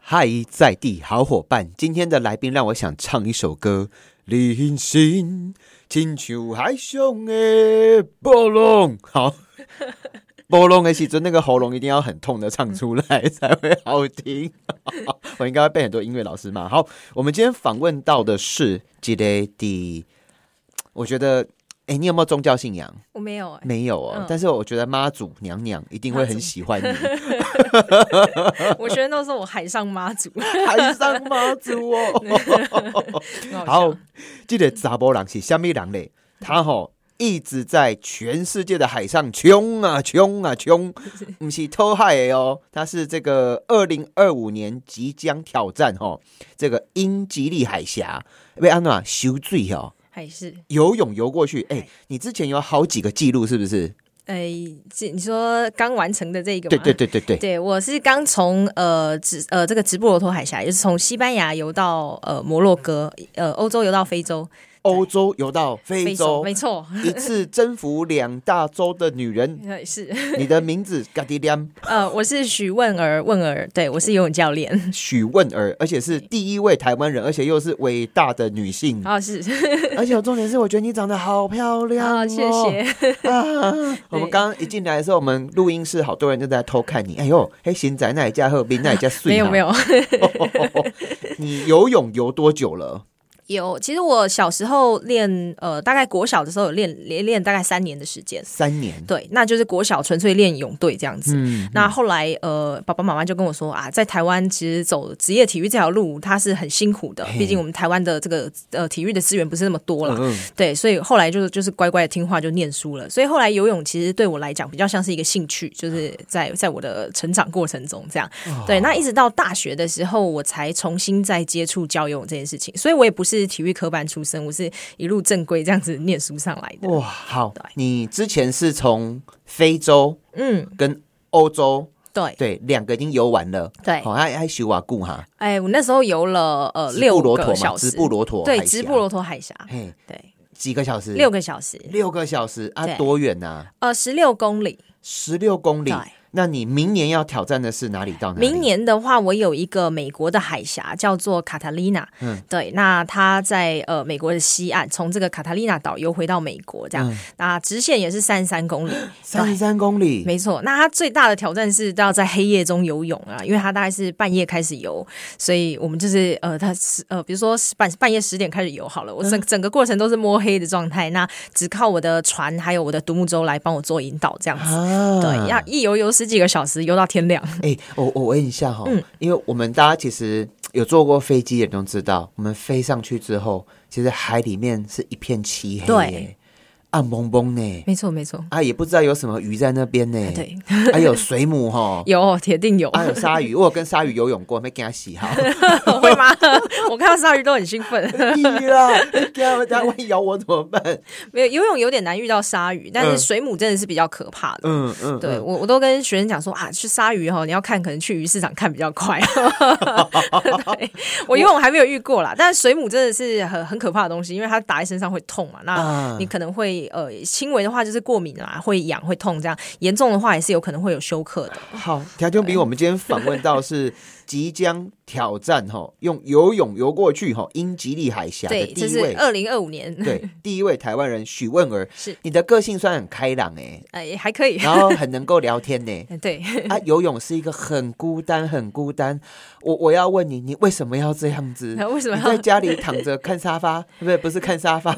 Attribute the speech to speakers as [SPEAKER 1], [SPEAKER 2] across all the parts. [SPEAKER 1] 嗨，在地好伙伴，今天的来宾让我想唱一首歌。人生亲像海上的波浪， 好，波浪的时阵，那个喉咙一定要很痛的唱出来才会好听。 我应该会被很多音乐老师骂。好，我们今天访问到的是吉雷迪，我觉得，哎、你有没有宗教信仰？
[SPEAKER 2] 我没有哎、
[SPEAKER 1] 没有哦，
[SPEAKER 2] 嗯
[SPEAKER 1] 但是我觉得妈祖娘娘一定会
[SPEAKER 2] 妈
[SPEAKER 1] 很
[SPEAKER 2] 祖
[SPEAKER 1] 喜欢你。
[SPEAKER 2] 我学生都说我海上妈 祖，
[SPEAKER 1] 海上妈祖哦。好，这个查甫人是虾米人嘞？他吼、一直在全世界的海上冲啊冲啊 冲，不是偷海的哦，他是这个二零二五年即将挑战吼、这个英吉利海峡被安娜修醉哦，
[SPEAKER 2] 还是
[SPEAKER 1] 游泳游过去。哎、
[SPEAKER 2] 哎
[SPEAKER 1] 你之前有好几个记录是不是？
[SPEAKER 2] 哎，这、你说刚完成的这一个
[SPEAKER 1] 对
[SPEAKER 2] 吗？
[SPEAKER 1] 对对对啊 对，
[SPEAKER 2] 对，我是刚从呃直呃这个直布罗陀海峡，也是从西班牙游到呃摩洛哥，呃欧洲游到非洲，
[SPEAKER 1] 欧洲游到非洲，
[SPEAKER 2] 没错，
[SPEAKER 1] 一次征服两大洲的女人，
[SPEAKER 2] 呃是
[SPEAKER 1] 你的名字嘎迪亮。
[SPEAKER 2] 呃我是许问儿，问儿，对我是游泳 教练，
[SPEAKER 1] 许问儿，而且是第一位台湾人，而且又是伟大的女性，
[SPEAKER 2] 然后哦是
[SPEAKER 1] 而且重点是，我觉得你长得好漂亮、
[SPEAKER 2] 啊、
[SPEAKER 1] 哦
[SPEAKER 2] 谢谢，
[SPEAKER 1] 啊我们刚刚一进来的时候，我们录音室好多人就在偷看你。哎呦，嘿，行仔那一家贺斌那一家睡，
[SPEAKER 2] 没有没。有。
[SPEAKER 1] 你游泳游多久了？
[SPEAKER 2] 有，其实我小时候练，呃，大概国小的时候有练练练大概三年的时间，
[SPEAKER 1] 三年。
[SPEAKER 2] 对，那就是国小纯粹练泳队这样子。
[SPEAKER 1] 嗯，
[SPEAKER 2] 那后来，呃，爸爸妈妈就跟我说啊，在台湾其实走职业体育这条路，它是很辛苦的，
[SPEAKER 1] 嘿
[SPEAKER 2] 毕竟我们台湾的这个呃体育的资源不是那么多啦。
[SPEAKER 1] 嗯
[SPEAKER 2] 对，所以后来就是就是乖乖的听话就念书了。所以后来游泳其实对我来讲比较像是一个兴趣，就是在在我的成长过程中这样。
[SPEAKER 1] 哦
[SPEAKER 2] 对，那一直到大学的时候，我才重新再接触教游泳这件事情。所以我也不是体育科班出身，我是一路正规这样子念书上来的。
[SPEAKER 1] 哇，好
[SPEAKER 2] 对，
[SPEAKER 1] 你之前是从非洲
[SPEAKER 2] 嗯，
[SPEAKER 1] 跟欧洲
[SPEAKER 2] 对
[SPEAKER 1] 对两个已经游完了，
[SPEAKER 2] 对
[SPEAKER 1] 好、还还修瓦固哈，
[SPEAKER 2] 哎，我那时候游了呃
[SPEAKER 1] 直
[SPEAKER 2] 六
[SPEAKER 1] 布罗陀
[SPEAKER 2] 个
[SPEAKER 1] 嘛，
[SPEAKER 2] 小时，
[SPEAKER 1] 直布罗陀
[SPEAKER 2] 对
[SPEAKER 1] 海
[SPEAKER 2] 直
[SPEAKER 1] 峡
[SPEAKER 2] 布罗陀海峡，
[SPEAKER 1] 嘿，
[SPEAKER 2] 对
[SPEAKER 1] 几个小时？
[SPEAKER 2] 六个小时，
[SPEAKER 1] 六个小时啊，
[SPEAKER 2] 对
[SPEAKER 1] 多远呐、
[SPEAKER 2] 呃十六公里。
[SPEAKER 1] 十六公里
[SPEAKER 2] 对。
[SPEAKER 1] 那你明年要挑战的是哪里到哪里？
[SPEAKER 2] 明年的话，我有一个美国的海峡叫做卡塔利娜，
[SPEAKER 1] 嗯
[SPEAKER 2] 对，那它在呃美国的西岸，从这个卡塔利娜岛游回到美国，这样，
[SPEAKER 1] 嗯
[SPEAKER 2] 那直线也是三十三公里，
[SPEAKER 1] 三十三公里，
[SPEAKER 2] 没错。那它最大的挑战是要在黑夜中游泳啊，因为它大概是半夜开始游，所以我们就是呃，它是呃，比如说半半夜十点开始游好了，我整整个过程都是摸黑的状态，那只靠我的船还有我的独木舟来帮我做引导，这样子。
[SPEAKER 1] 啊
[SPEAKER 2] 对，要一游游十几个小时，游到天亮。
[SPEAKER 1] 哎、我我问一下哈、
[SPEAKER 2] 嗯
[SPEAKER 1] 因为我们大家其实有坐过飞机的人都知道，我们飞上去之后，其实海里面是一片漆黑，
[SPEAKER 2] 对，
[SPEAKER 1] 暗蒙蒙呢，
[SPEAKER 2] 没错，没错。
[SPEAKER 1] 啊，也不知道有什么鱼在那边呢，
[SPEAKER 2] 对，，
[SPEAKER 1] 还有水母哈
[SPEAKER 2] 有，铁定有，
[SPEAKER 1] 还有鲨鱼，我有跟鲨鱼游泳过，没给它洗好。 哎
[SPEAKER 2] 会吗？ 我看到鲨鱼都很兴奋。
[SPEAKER 1] 屁啦！他它万一咬我怎么办？
[SPEAKER 2] 没有游泳有点难遇到鲨鱼，但
[SPEAKER 1] 嗯
[SPEAKER 2] 是水母真的是比较可怕的。
[SPEAKER 1] 嗯嗯，
[SPEAKER 2] 对我，我都跟学生讲说啊，去鲨鱼哈，你要看，可能去鱼市场看比较 快。 对我因为我还没有遇过啦，但是水母真的是很很可怕的东西，因为它打在身上会痛嘛。
[SPEAKER 1] 啊
[SPEAKER 2] 那你可能会呃轻微的话就是过敏啦，会痒会痛这样；严重的话也是有可能会有休克的。
[SPEAKER 1] 好，条件比我们今天访问到是即将挑战哈，用游泳游过去哈，英吉利海峡的
[SPEAKER 2] 对，
[SPEAKER 1] 第
[SPEAKER 2] 这
[SPEAKER 1] 一
[SPEAKER 2] 是
[SPEAKER 1] 位，
[SPEAKER 2] 二零二五年，
[SPEAKER 1] 对，第一位台湾人许问儿。
[SPEAKER 2] 是
[SPEAKER 1] 你的个性虽然很开朗 哎、
[SPEAKER 2] 哎、还可以。
[SPEAKER 1] 然后很能够聊天呢、
[SPEAKER 2] 对，
[SPEAKER 1] 啊，游泳是一个很孤单、很孤单。我我要问你，你为什么要这样子？
[SPEAKER 2] 为什么
[SPEAKER 1] 你
[SPEAKER 2] 要
[SPEAKER 1] 在家里躺着看沙发，不是不是看 沙发，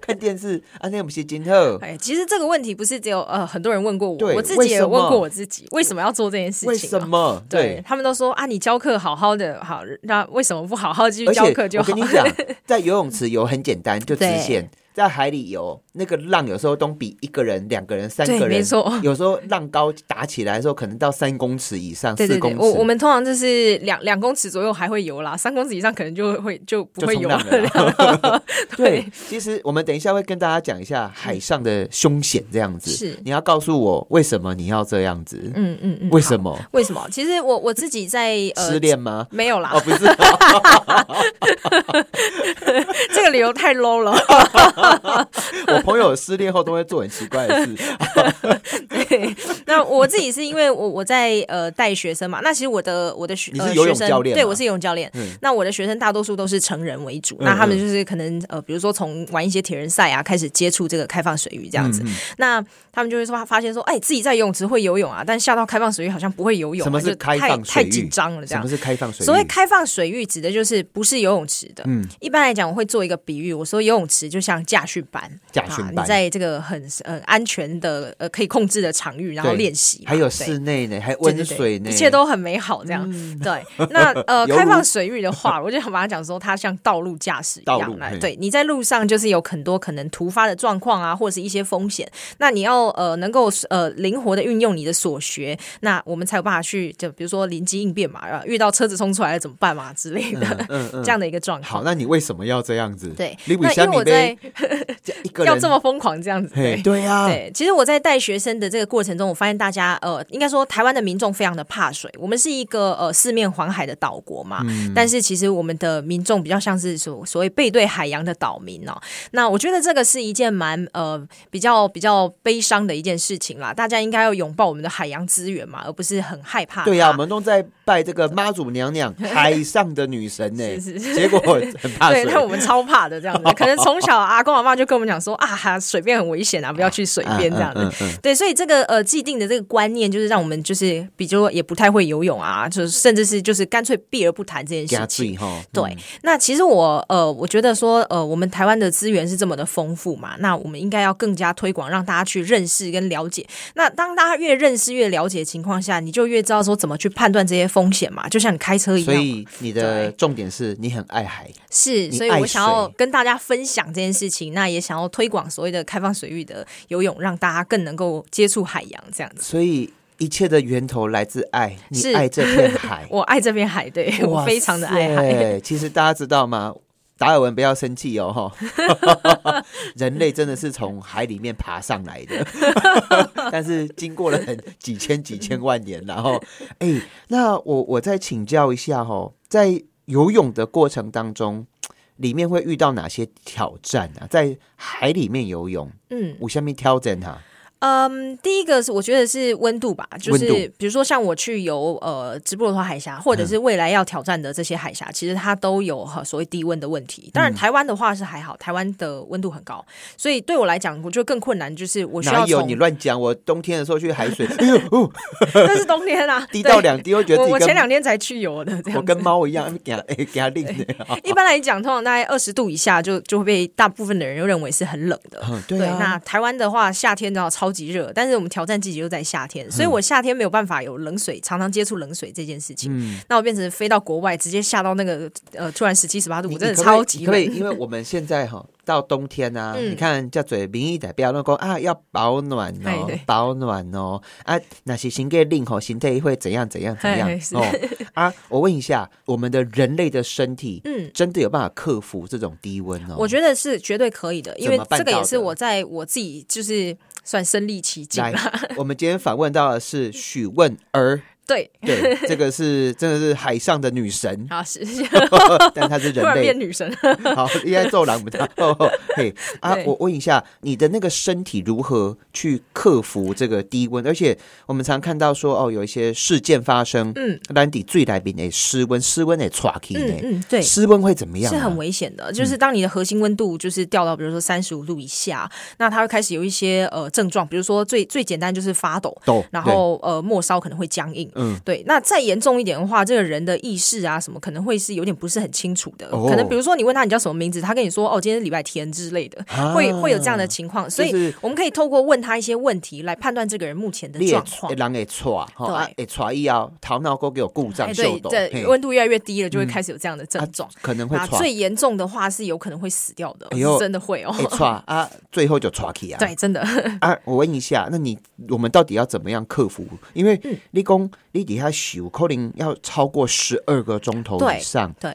[SPEAKER 1] 看电视啊？那不是金鹤？
[SPEAKER 2] 哎，其实这个问题不是只有呃很多人问过
[SPEAKER 1] 对
[SPEAKER 2] 我，我自己也有
[SPEAKER 1] 为什
[SPEAKER 2] 问
[SPEAKER 1] 么
[SPEAKER 2] 过我自己，为什么要做这件事情、啊？
[SPEAKER 1] 为什？么？
[SPEAKER 2] 对他们都说啊，你教课好好的，好，那为什么不好好继续
[SPEAKER 1] 而且
[SPEAKER 2] 教课就
[SPEAKER 1] 我
[SPEAKER 2] 好
[SPEAKER 1] 跟？你 讲，在游泳池游很简单，就直线；在海里游，那个浪有时候都比一个人、两个人、三个
[SPEAKER 2] 对
[SPEAKER 1] 人，
[SPEAKER 2] 没错
[SPEAKER 1] 有时候浪高打起来的时候，可能到三公尺以上、
[SPEAKER 2] 对
[SPEAKER 1] 四
[SPEAKER 2] 对
[SPEAKER 1] 公
[SPEAKER 2] 对，
[SPEAKER 1] 尺。
[SPEAKER 2] 我我们通常就是两两公尺左右还会游啦，三公尺以上可能就会就不
[SPEAKER 1] 就
[SPEAKER 2] 会
[SPEAKER 1] 冲
[SPEAKER 2] 游
[SPEAKER 1] 浪了啦。 对
[SPEAKER 2] 对，嗯
[SPEAKER 1] 其实我们等一下会跟大家讲一下海上的凶险，这样子。
[SPEAKER 2] 是
[SPEAKER 1] 你要告诉我为什么你要这样子？
[SPEAKER 2] 嗯嗯嗯，
[SPEAKER 1] 为什
[SPEAKER 2] 好？
[SPEAKER 1] 么？
[SPEAKER 2] 为什么？其实我我自己在呃
[SPEAKER 1] 失恋 吗？哦
[SPEAKER 2] 没有啦，
[SPEAKER 1] 哦，不是，
[SPEAKER 2] 这个理由太 low 了。
[SPEAKER 1] 我朋友失恋后都会做很奇怪的事，
[SPEAKER 2] 对，那我自己是因为我我在呃带学生嘛，那其实我的我的学
[SPEAKER 1] 你是
[SPEAKER 2] 呃
[SPEAKER 1] 游泳
[SPEAKER 2] 学生
[SPEAKER 1] 教练
[SPEAKER 2] 对
[SPEAKER 1] 吗
[SPEAKER 2] 我是游泳教练。
[SPEAKER 1] 嗯
[SPEAKER 2] 那我的学生大多数都是成人为主，
[SPEAKER 1] 嗯
[SPEAKER 2] 那他们
[SPEAKER 1] 嗯
[SPEAKER 2] 就是可能呃，比如说从玩一些铁人赛啊，开始接触这个开放水域这
[SPEAKER 1] 这
[SPEAKER 2] 样子。那他们就会说发现说，哎，自己在游泳池会游泳啊，但下到开放水域好像不会游泳啊、
[SPEAKER 1] 什么是
[SPEAKER 2] 就
[SPEAKER 1] 开放水
[SPEAKER 2] 太
[SPEAKER 1] 域
[SPEAKER 2] 太紧张了这
[SPEAKER 1] 什
[SPEAKER 2] 样
[SPEAKER 1] 么。是开放水域？
[SPEAKER 2] 所谓开放水域，指的就是不是游泳池的。
[SPEAKER 1] 嗯
[SPEAKER 2] 一般来讲，我会做一个比喻，我说游泳池就像驾训班，
[SPEAKER 1] 驾训班
[SPEAKER 2] 啊，你在这个很呃安全的呃可以控制的场域，然后
[SPEAKER 1] 对
[SPEAKER 2] 练习嘛，
[SPEAKER 1] 还有
[SPEAKER 2] 对
[SPEAKER 1] 室内呢，还有
[SPEAKER 2] 对
[SPEAKER 1] 温
[SPEAKER 2] 对对
[SPEAKER 1] 水呢，
[SPEAKER 2] 一切都很美好，这样、对。那呃，
[SPEAKER 1] 犹如
[SPEAKER 2] 开放水域的话，我就想把它讲说，它像道路驾驶一
[SPEAKER 1] 道路
[SPEAKER 2] 样来。
[SPEAKER 1] 嘿
[SPEAKER 2] 对，你在路上就是有很多可能突发的状况啊，或者是一些风险。那你要呃能够呃灵活的运用你的所学，那我们才有办法去就比如说临机应变嘛，呃遇到车子冲出来了怎么办嘛之类的、
[SPEAKER 1] 嗯嗯
[SPEAKER 2] 这样的一个状
[SPEAKER 1] 好，
[SPEAKER 2] 况。
[SPEAKER 1] 那你为什么要这样子？
[SPEAKER 2] 对，
[SPEAKER 1] 你为
[SPEAKER 2] 那
[SPEAKER 1] 什
[SPEAKER 2] 因为
[SPEAKER 1] 么
[SPEAKER 2] 我在
[SPEAKER 1] 一个人
[SPEAKER 2] 要这么疯狂这样子，对
[SPEAKER 1] 嘿，。对呀，
[SPEAKER 2] 对，其实我在带学生的这个过程中，我发现大家呃，应该说台湾的民众非常的怕水。我们是一个呃四面环海的岛国嘛，
[SPEAKER 1] 嗯
[SPEAKER 2] 但是其实我们的民众比较像是所所谓背对海洋的岛民哦。那我觉得这个是一件蛮呃比较比较悲伤的一件事情啦。大家应该要拥抱我们的海洋资源嘛，而不是很害怕它。
[SPEAKER 1] 对啊呀，我们都在拜这个妈祖娘娘，海上的女神呢，
[SPEAKER 2] 是是
[SPEAKER 1] 结果很怕
[SPEAKER 2] 对，
[SPEAKER 1] 水
[SPEAKER 2] 那。我们超怕的这样子，可能从小阿公阿妈就跟我们讲说啊，哈水边很危险啊，不要去水边这样子。
[SPEAKER 1] 嗯嗯嗯
[SPEAKER 2] 对，所以这个呃既定的这个观念，就是让我们就是，比如说也不太会游泳啊，就是甚至是就是干脆避而不谈这件
[SPEAKER 1] 加
[SPEAKER 2] 事情。
[SPEAKER 1] 醉哈，
[SPEAKER 2] 对，那其实我呃，我觉得说呃，我们台湾的资源是这么的丰富嘛，那我们应该要更加推广，让大家去认识跟了解。那当大家越认识越了解的情况下，你就越知道说怎么去判断这些风险嘛，就像你开车一
[SPEAKER 1] 所
[SPEAKER 2] 样嘛。
[SPEAKER 1] 以你的重点是你很爱海，
[SPEAKER 2] 是，
[SPEAKER 1] 你
[SPEAKER 2] 所以
[SPEAKER 1] 爱
[SPEAKER 2] 我想要
[SPEAKER 1] 水
[SPEAKER 2] 跟大家分享这件事情，那也想要推广所谓的开放水域的游泳，让大家更能够接触海洋这样子。
[SPEAKER 1] 所以一切的源头来自爱，你
[SPEAKER 2] 是
[SPEAKER 1] 爱这片海，
[SPEAKER 2] 我爱这片海，对我
[SPEAKER 1] 哇
[SPEAKER 2] 非常的爱海。
[SPEAKER 1] 塞。其实大家知道吗？达尔文不要生气哦，哈， 人类真的是从海里面爬上来的， 但是经过了很几千几千万年，然后，哎、那我我再请教一下哦，在游泳的过程当中，里面会遇到哪些挑战啊？在海里面游泳，
[SPEAKER 2] 嗯
[SPEAKER 1] 我下面挑战啊哈、
[SPEAKER 2] 嗯，第一个是我觉得是温度吧，就
[SPEAKER 1] 温
[SPEAKER 2] 是
[SPEAKER 1] 度嗯
[SPEAKER 2] 比如说像我去游呃直布罗陀海峡，或者是未来要挑战的这些海峡，其实它都有呃所谓低温的问题。
[SPEAKER 1] 嗯
[SPEAKER 2] 当然，台湾的话是还好，台湾的温度很高，所以对我来讲，我觉得更困难就是我需
[SPEAKER 1] 哪
[SPEAKER 2] 要
[SPEAKER 1] 有
[SPEAKER 2] 从
[SPEAKER 1] 你，乱讲？我冬天的时候去海水，哎呦，哦
[SPEAKER 2] 但是冬 天啊，
[SPEAKER 1] 滴
[SPEAKER 2] 对
[SPEAKER 1] 到两滴，会觉得
[SPEAKER 2] 我
[SPEAKER 1] 自
[SPEAKER 2] 我
[SPEAKER 1] 己
[SPEAKER 2] 前
[SPEAKER 1] 跟
[SPEAKER 2] 两天才去游的，这样
[SPEAKER 1] 我
[SPEAKER 2] 子
[SPEAKER 1] 跟猫 一样，给它哎给它令的。
[SPEAKER 2] 一般来讲，通常大概二十度以下就就会被大部分的人认为是很冷的。
[SPEAKER 1] 嗯，
[SPEAKER 2] 对，那台湾的话，夏天的话超级热，但是我们挑战季节又在夏
[SPEAKER 1] 嗯
[SPEAKER 2] 天，所以我夏天没有办法有冷水，常常接触冷水这件事情。
[SPEAKER 1] 嗯
[SPEAKER 2] 那我变成飞到国外，直接下到那个呃，突然十七十八度，
[SPEAKER 1] 你
[SPEAKER 2] 我真的
[SPEAKER 1] 你可不可以
[SPEAKER 2] 超级
[SPEAKER 1] 你可不可以
[SPEAKER 2] 冷。
[SPEAKER 1] 因为我们现在哈到冬天啊，
[SPEAKER 2] 嗯
[SPEAKER 1] 你看叫嘴民意代表那个啊要保暖
[SPEAKER 2] 哎
[SPEAKER 1] 哦
[SPEAKER 2] 对，
[SPEAKER 1] 保暖哦啊，那些行给令吼，形态会怎样怎样怎样
[SPEAKER 2] 哎 是
[SPEAKER 1] 哦啊！我问一下，我们的人类的身体
[SPEAKER 2] 嗯，
[SPEAKER 1] 真的有办法克服这种低温哦？
[SPEAKER 2] 我觉得是绝对可以的，因为
[SPEAKER 1] 怎么办
[SPEAKER 2] 这个也
[SPEAKER 1] 到
[SPEAKER 2] 是
[SPEAKER 1] 的
[SPEAKER 2] 我在我自己就是算身历其境
[SPEAKER 1] 来
[SPEAKER 2] 啦。，
[SPEAKER 1] 我们今天访问到的是许问儿，
[SPEAKER 2] 对，
[SPEAKER 1] 对，这个是真的是海上的女神，
[SPEAKER 2] 好是
[SPEAKER 1] 但她是
[SPEAKER 2] 突
[SPEAKER 1] 人
[SPEAKER 2] 然
[SPEAKER 1] 类
[SPEAKER 2] 变女神。
[SPEAKER 1] 好，应该揍狼不到。 嘿啊，
[SPEAKER 2] 对
[SPEAKER 1] 我问一下，你的那个身体如何去克服这个低温？而且我们常看到说，哦，有一些事件发生，
[SPEAKER 2] 嗯，
[SPEAKER 1] 兰迪最来宾诶，失温，失温诶，岔气
[SPEAKER 2] 嗯
[SPEAKER 1] 呢，
[SPEAKER 2] 嗯，对，
[SPEAKER 1] 失温会怎么样、啊？嗯
[SPEAKER 2] 是很危险的，就是当你的核心温度就是掉到比如说三十五度以下，那它会开始有一些呃症状，比如说最最简单就是发抖，
[SPEAKER 1] 抖，
[SPEAKER 2] 然后呃末梢可能会僵硬。
[SPEAKER 1] 对，嗯，
[SPEAKER 2] 对，那再严重一点的话，这个人的意识啊，什么可能会是有点不是很清楚的。
[SPEAKER 1] 哦
[SPEAKER 2] 可能比如说你问他你叫什么名字，他跟你说哦，今天是礼拜天之类的，
[SPEAKER 1] 啊
[SPEAKER 2] 会会有这样的情况。所以
[SPEAKER 1] 就是
[SPEAKER 2] 我们可以透过问他一些问题来判断这个人目前的
[SPEAKER 1] 裂
[SPEAKER 2] 状况。哎
[SPEAKER 1] 狼诶，岔，
[SPEAKER 2] 对
[SPEAKER 1] 哈，诶，岔一啊，头脑沟给我故
[SPEAKER 2] 哎，
[SPEAKER 1] 障秀
[SPEAKER 2] 对，啊
[SPEAKER 1] 抖，
[SPEAKER 2] 这
[SPEAKER 1] 嘿
[SPEAKER 2] 温度越来越低了，就会开始有这样的症状。
[SPEAKER 1] 可能会
[SPEAKER 2] 那
[SPEAKER 1] 岔，
[SPEAKER 2] 最严重的话是有可能会死掉的，
[SPEAKER 1] 哎呦
[SPEAKER 2] 是真的会哦。
[SPEAKER 1] 诶，岔啊，最后就岔气啊，
[SPEAKER 2] 对，真 的，
[SPEAKER 1] 啊，我问一下，那你我们到底要怎么样克服？因为
[SPEAKER 2] 嗯
[SPEAKER 1] 你讲你底下修，可能要超过十二个钟头以上，
[SPEAKER 2] 对，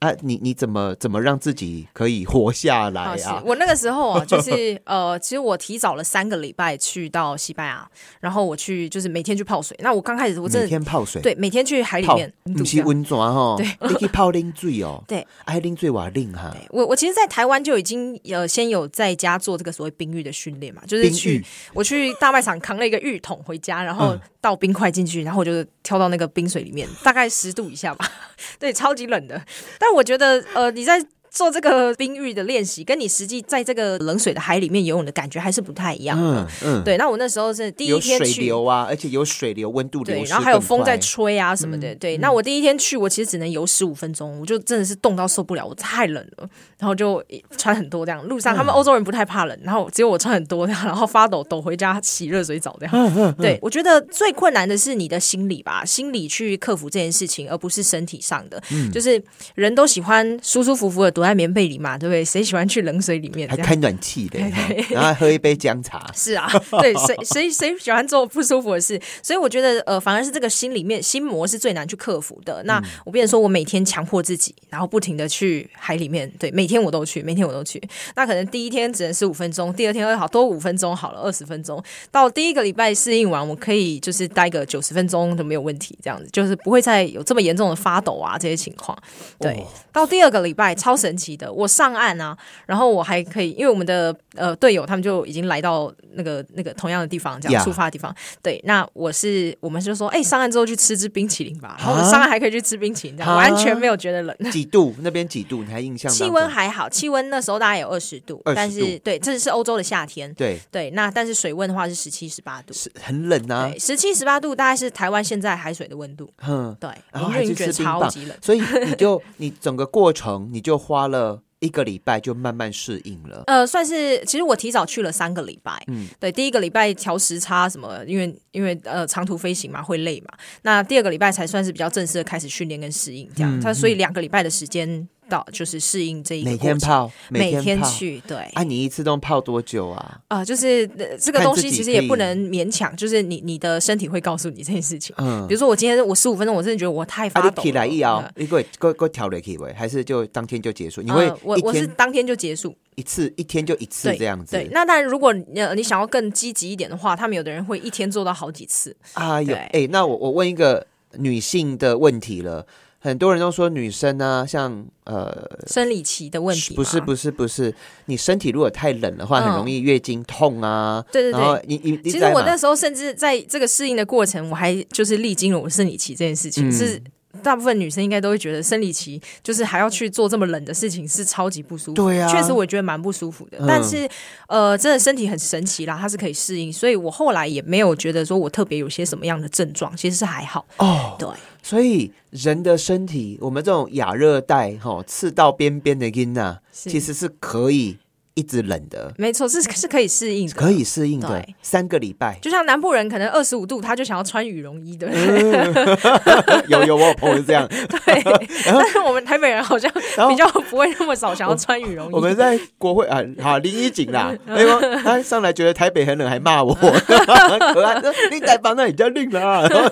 [SPEAKER 1] 啊，你你怎么怎么让自己可以活下来
[SPEAKER 2] 啊是
[SPEAKER 1] 啊？
[SPEAKER 2] 我那个时候啊，就是 呃，其实我提早了三个礼拜去到西班牙，然后我去就是每天去泡水。那我刚开始我真
[SPEAKER 1] 每
[SPEAKER 2] 的
[SPEAKER 1] 天泡水，
[SPEAKER 2] 对每天去海里
[SPEAKER 1] 泡
[SPEAKER 2] 面，
[SPEAKER 1] 不是温泉哦，你去泡冷水哦，
[SPEAKER 2] 对，
[SPEAKER 1] 爱冷水我冷哈，
[SPEAKER 2] 我我其实，在台湾就已经呃，先有在家做这个所谓冰浴的训练嘛，就是
[SPEAKER 1] 冰
[SPEAKER 2] 去
[SPEAKER 1] 浴
[SPEAKER 2] 我去大卖场扛了一个浴桶回家，然后
[SPEAKER 1] 嗯
[SPEAKER 2] 倒冰块进去，然后我就跳到那个冰水里面，大概十度以下吧， 对，超级冷的。但我觉得呃，你在做这个冰浴的练习，跟你实际在这个冷水的海里面游泳的感觉还是不太一样。
[SPEAKER 1] 嗯嗯，
[SPEAKER 2] 对，那我那时候是第一
[SPEAKER 1] 有
[SPEAKER 2] 天
[SPEAKER 1] 水
[SPEAKER 2] 去。
[SPEAKER 1] 流啊，而且有水流，温度流
[SPEAKER 2] 对，
[SPEAKER 1] 失
[SPEAKER 2] 然后还有
[SPEAKER 1] 更
[SPEAKER 2] 风在
[SPEAKER 1] 快嗯
[SPEAKER 2] 吹啊什么的。对，那我第一天去，我其实只能游十五分钟，我就真的是冻到受不了，我太冷了， 然后就穿很多这样。路上他们欧洲人不太怕冷，然后只有我穿很多这样，然后发抖抖回家洗热水澡这
[SPEAKER 1] 嗯
[SPEAKER 2] 样。对，我觉得最困难的是你的心理吧，心理去克服这件事情，而不是身体上的。
[SPEAKER 1] 嗯
[SPEAKER 2] 就是人都喜欢舒舒服服的躲在棉被里嘛，对不对？谁喜欢去冷水里面？
[SPEAKER 1] 还
[SPEAKER 2] 这样？。
[SPEAKER 1] 开暖气的，哈然后还喝一杯姜茶
[SPEAKER 2] 是啊，对，谁谁谁喜欢做不舒服的事？所以我觉得，呃，反而是这个心里面心魔是最难去克服的。那我变成说我每天强迫自己，然后不停的去海里面，对，每天我都去，每天我都去。那可能第一天只能十五分钟，第二天会好多五分钟好了，二十分钟。到第一个礼拜适应完，我可以就是待个九十分钟都没有问题，这样子就是不会再有这么严重的发抖啊这些情况。 对，
[SPEAKER 1] 哦
[SPEAKER 2] 到第二个礼拜超神 奇的，我上岸啊，然后我还可以，因为我们的呃队友他们就已经来到那个那个同样的地方，这样
[SPEAKER 1] Yeah
[SPEAKER 2] 出发的地方。对，那我是我们就说，哎、上岸之后去吃支冰淇淋吧。然后我们上岸还可以去吃冰淇淋，这样
[SPEAKER 1] 啊
[SPEAKER 2] 完全没有觉得冷。
[SPEAKER 1] 几度？那边几度？你还印象当中？
[SPEAKER 2] 气温还好，气温那时候大概有二十度，
[SPEAKER 1] 20
[SPEAKER 2] 但是
[SPEAKER 1] 度
[SPEAKER 2] 对，这是欧洲的夏天。
[SPEAKER 1] 对，
[SPEAKER 2] 对，那但是水温的话是十七、十八度，
[SPEAKER 1] 是很冷啊
[SPEAKER 2] 对，，十七、十八度大概是台湾现在海水的温度。
[SPEAKER 1] 哼。
[SPEAKER 2] 对，
[SPEAKER 1] 然后
[SPEAKER 2] 因
[SPEAKER 1] 还
[SPEAKER 2] 为
[SPEAKER 1] 去
[SPEAKER 2] 你觉
[SPEAKER 1] 吃
[SPEAKER 2] 得
[SPEAKER 1] 冰
[SPEAKER 2] 超
[SPEAKER 1] 棒
[SPEAKER 2] 级冷，。
[SPEAKER 1] 所以你就你整个过程你就花了一个礼拜就慢慢适应了。
[SPEAKER 2] 呃，算是其实我提早去了三个礼拜，嗯，对，第一个礼拜调时差什么，因为因为呃长途飞行嘛会累嘛，那第二个礼拜才算是比较正式的开始训练跟适应这样，它、所以两个礼拜的时间到就是适应这一
[SPEAKER 1] 嗯
[SPEAKER 2] 个
[SPEAKER 1] 每
[SPEAKER 2] 过
[SPEAKER 1] 天
[SPEAKER 2] 程，
[SPEAKER 1] 泡，
[SPEAKER 2] 每
[SPEAKER 1] 天泡。
[SPEAKER 2] 去，对，
[SPEAKER 1] 啊，你一次都泡多久啊？
[SPEAKER 2] 啊、就是、呃这个
[SPEAKER 1] 看
[SPEAKER 2] 东
[SPEAKER 1] 自
[SPEAKER 2] 西
[SPEAKER 1] 己
[SPEAKER 2] 其实
[SPEAKER 1] 可
[SPEAKER 2] 也
[SPEAKER 1] 以
[SPEAKER 2] 不能勉强，就是你你的身体会告诉你这件事情。
[SPEAKER 1] 嗯
[SPEAKER 2] 比，如说我今天我十五分钟，我真的觉得我太发
[SPEAKER 1] 啊，
[SPEAKER 2] 抖
[SPEAKER 1] 你起
[SPEAKER 2] 了。
[SPEAKER 1] 来一熬
[SPEAKER 2] 呃，
[SPEAKER 1] 你给给给调了起来，还是就当天就结束？你会
[SPEAKER 2] 呃我
[SPEAKER 1] 一
[SPEAKER 2] 我是
[SPEAKER 1] 天
[SPEAKER 2] 当天就结束，
[SPEAKER 1] 一次，一天就一次
[SPEAKER 2] 对
[SPEAKER 1] 这样子
[SPEAKER 2] 对，。那但如果你呃你想要更积极一点的话，他们有的人会一天做到好几次。
[SPEAKER 1] 啊，有
[SPEAKER 2] 对
[SPEAKER 1] 哎、那我我问一个女性的问题了。很多人都说女生呢、像呃，
[SPEAKER 2] 生理期的问题
[SPEAKER 1] 不是
[SPEAKER 2] 吗，
[SPEAKER 1] 不是不是，你身体如果太冷的话，很
[SPEAKER 2] 嗯
[SPEAKER 1] 容易月经痛啊。
[SPEAKER 2] 对对对
[SPEAKER 1] 然后你你你
[SPEAKER 2] 其
[SPEAKER 1] 知
[SPEAKER 2] 实
[SPEAKER 1] 道
[SPEAKER 2] 我
[SPEAKER 1] 吗
[SPEAKER 2] 那时候甚至在这个适应的过程，我还就是历经了我生理期这件事情，
[SPEAKER 1] 嗯
[SPEAKER 2] 是大部分女生应该都会觉得生理期就是还要去做这么冷的事情，是超级不舒服。
[SPEAKER 1] 对啊
[SPEAKER 2] 确实我觉得蛮不舒服的。
[SPEAKER 1] 嗯
[SPEAKER 2] 但是呃，真的身体很神奇啦，它是可以适应，所以我后来也没有觉得说我特别有些什么样的症状，其实是还好。
[SPEAKER 1] 哦，
[SPEAKER 2] 对，
[SPEAKER 1] 所以人的身体，我们这种亚热带哈、吼赤道边边的阴呐，
[SPEAKER 2] 是
[SPEAKER 1] 其实是可以一直冷的，
[SPEAKER 2] 没错，是是可以适应的，
[SPEAKER 1] 可。以适应的
[SPEAKER 2] 对，。
[SPEAKER 1] 三个礼拜
[SPEAKER 2] 就像南部人可能二十五度，他就想要穿羽绒衣，对不对？
[SPEAKER 1] 有有，我有朋友是这样，
[SPEAKER 2] 对，但是我们台北人好像
[SPEAKER 1] 然后
[SPEAKER 2] 比较不会那么少想要穿羽绒衣。
[SPEAKER 1] 我们在国会啊，好林一景啦，
[SPEAKER 2] 嗯
[SPEAKER 1] 哎呦，他上来觉得台北很冷，还骂 我， 可爱， 说你台北那里比较冷啦，然后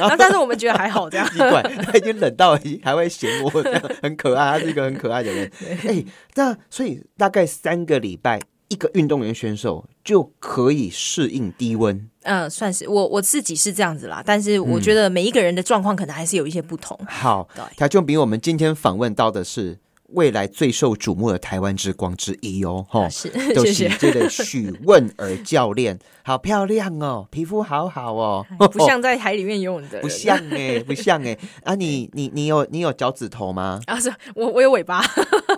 [SPEAKER 2] 然后但是我们觉得还好这样。
[SPEAKER 1] 奇怪，他 已经冷到还会嫌我，这样很可爱，他是一个很可爱的人。哎、那所以大概三个礼拜，一个运动员选手就可以适应低温。
[SPEAKER 2] 嗯，算是我我自己是这样子啦，但是我觉得每一个人的状况可能还是有一些不同。
[SPEAKER 1] 好
[SPEAKER 2] 对，
[SPEAKER 1] 他就比我们今天访问到的是未来最受瞩目的台湾之光之一哦，吼
[SPEAKER 2] 啊，是，
[SPEAKER 1] 就
[SPEAKER 2] 谢
[SPEAKER 1] 是
[SPEAKER 2] 谢。
[SPEAKER 1] 这个许问儿教练，好漂亮哦，皮肤好好哦，
[SPEAKER 2] 哎不像在海里面游泳的人，
[SPEAKER 1] 不像哎、
[SPEAKER 2] ？
[SPEAKER 1] 不像哎、啊你，你你有你有脚趾头吗
[SPEAKER 2] 啊！是我我有尾 巴，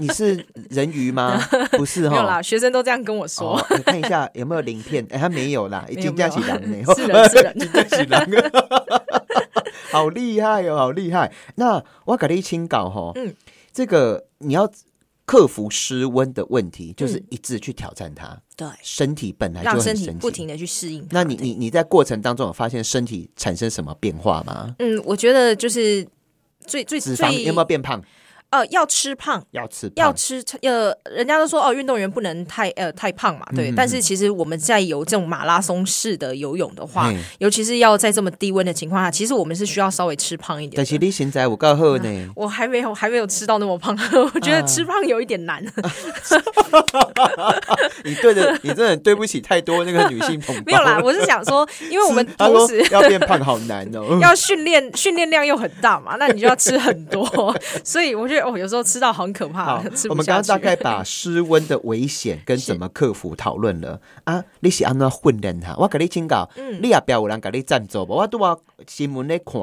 [SPEAKER 1] 你是人鱼 吗？不是哦
[SPEAKER 2] 没有
[SPEAKER 1] 哈，
[SPEAKER 2] 啦。学生都这样跟我说，
[SPEAKER 1] 哦，你看一下有没有鳞片？哎，它没有 啦，已
[SPEAKER 2] 没有
[SPEAKER 1] 经
[SPEAKER 2] 没有，
[SPEAKER 1] 架起狼了 哦
[SPEAKER 2] 是的，是的。
[SPEAKER 1] 起狼， 好厉害哦，好厉害！那我给你请搞哈，
[SPEAKER 2] 嗯
[SPEAKER 1] 嗯，这个你要克服失温的问题，就是
[SPEAKER 2] 嗯
[SPEAKER 1] 一直去挑战它，
[SPEAKER 2] 对，
[SPEAKER 1] 身体本来就
[SPEAKER 2] 让
[SPEAKER 1] 很
[SPEAKER 2] 身
[SPEAKER 1] 神
[SPEAKER 2] 体
[SPEAKER 1] 奇，
[SPEAKER 2] 不停的去适应它。
[SPEAKER 1] 那你
[SPEAKER 2] 对
[SPEAKER 1] 你你在过程当中有发现身体产生什么变化吗？
[SPEAKER 2] 嗯，我觉得就是最最
[SPEAKER 1] 脂
[SPEAKER 2] 最
[SPEAKER 1] 肪有没有变胖？
[SPEAKER 2] 呃，要吃胖。
[SPEAKER 1] 要吃
[SPEAKER 2] 要
[SPEAKER 1] 胖，
[SPEAKER 2] 吃呃，人家都说哦，运动员不能太呃太胖嘛，对。
[SPEAKER 1] 嗯嗯
[SPEAKER 2] 但是其实我们在游这种马拉松式的游泳的话
[SPEAKER 1] 嘿，
[SPEAKER 2] 尤其是要在这么低温的情况下，其实我们是需要稍微吃胖一点
[SPEAKER 1] 但
[SPEAKER 2] 的
[SPEAKER 1] 是。你现在我告 诉呢，
[SPEAKER 2] 我还没有还没有吃到那么胖， 我
[SPEAKER 1] 啊
[SPEAKER 2] 觉得吃胖有一点难。
[SPEAKER 1] 你对的，你真的很对不起太多那个女性同胞。
[SPEAKER 2] 没有 啦，我是想说，因为 我们
[SPEAKER 1] 他
[SPEAKER 2] 同
[SPEAKER 1] 说
[SPEAKER 2] 时
[SPEAKER 1] 要变胖好难 哦。
[SPEAKER 2] 要训练，训练量又很大嘛，那你就要吃 很多，所以我觉得哦，有时候吃到很可怕
[SPEAKER 1] 好，
[SPEAKER 2] 啊吃，
[SPEAKER 1] 我
[SPEAKER 2] 不
[SPEAKER 1] 们刚
[SPEAKER 2] 下
[SPEAKER 1] 刚大
[SPEAKER 2] 去。
[SPEAKER 1] 概把失温的危险跟怎么克服讨论了啊。你是安怎训练它？我跟你请教，
[SPEAKER 2] 嗯
[SPEAKER 1] 你也不要有人跟你赞助吧。我都要新闻咧看，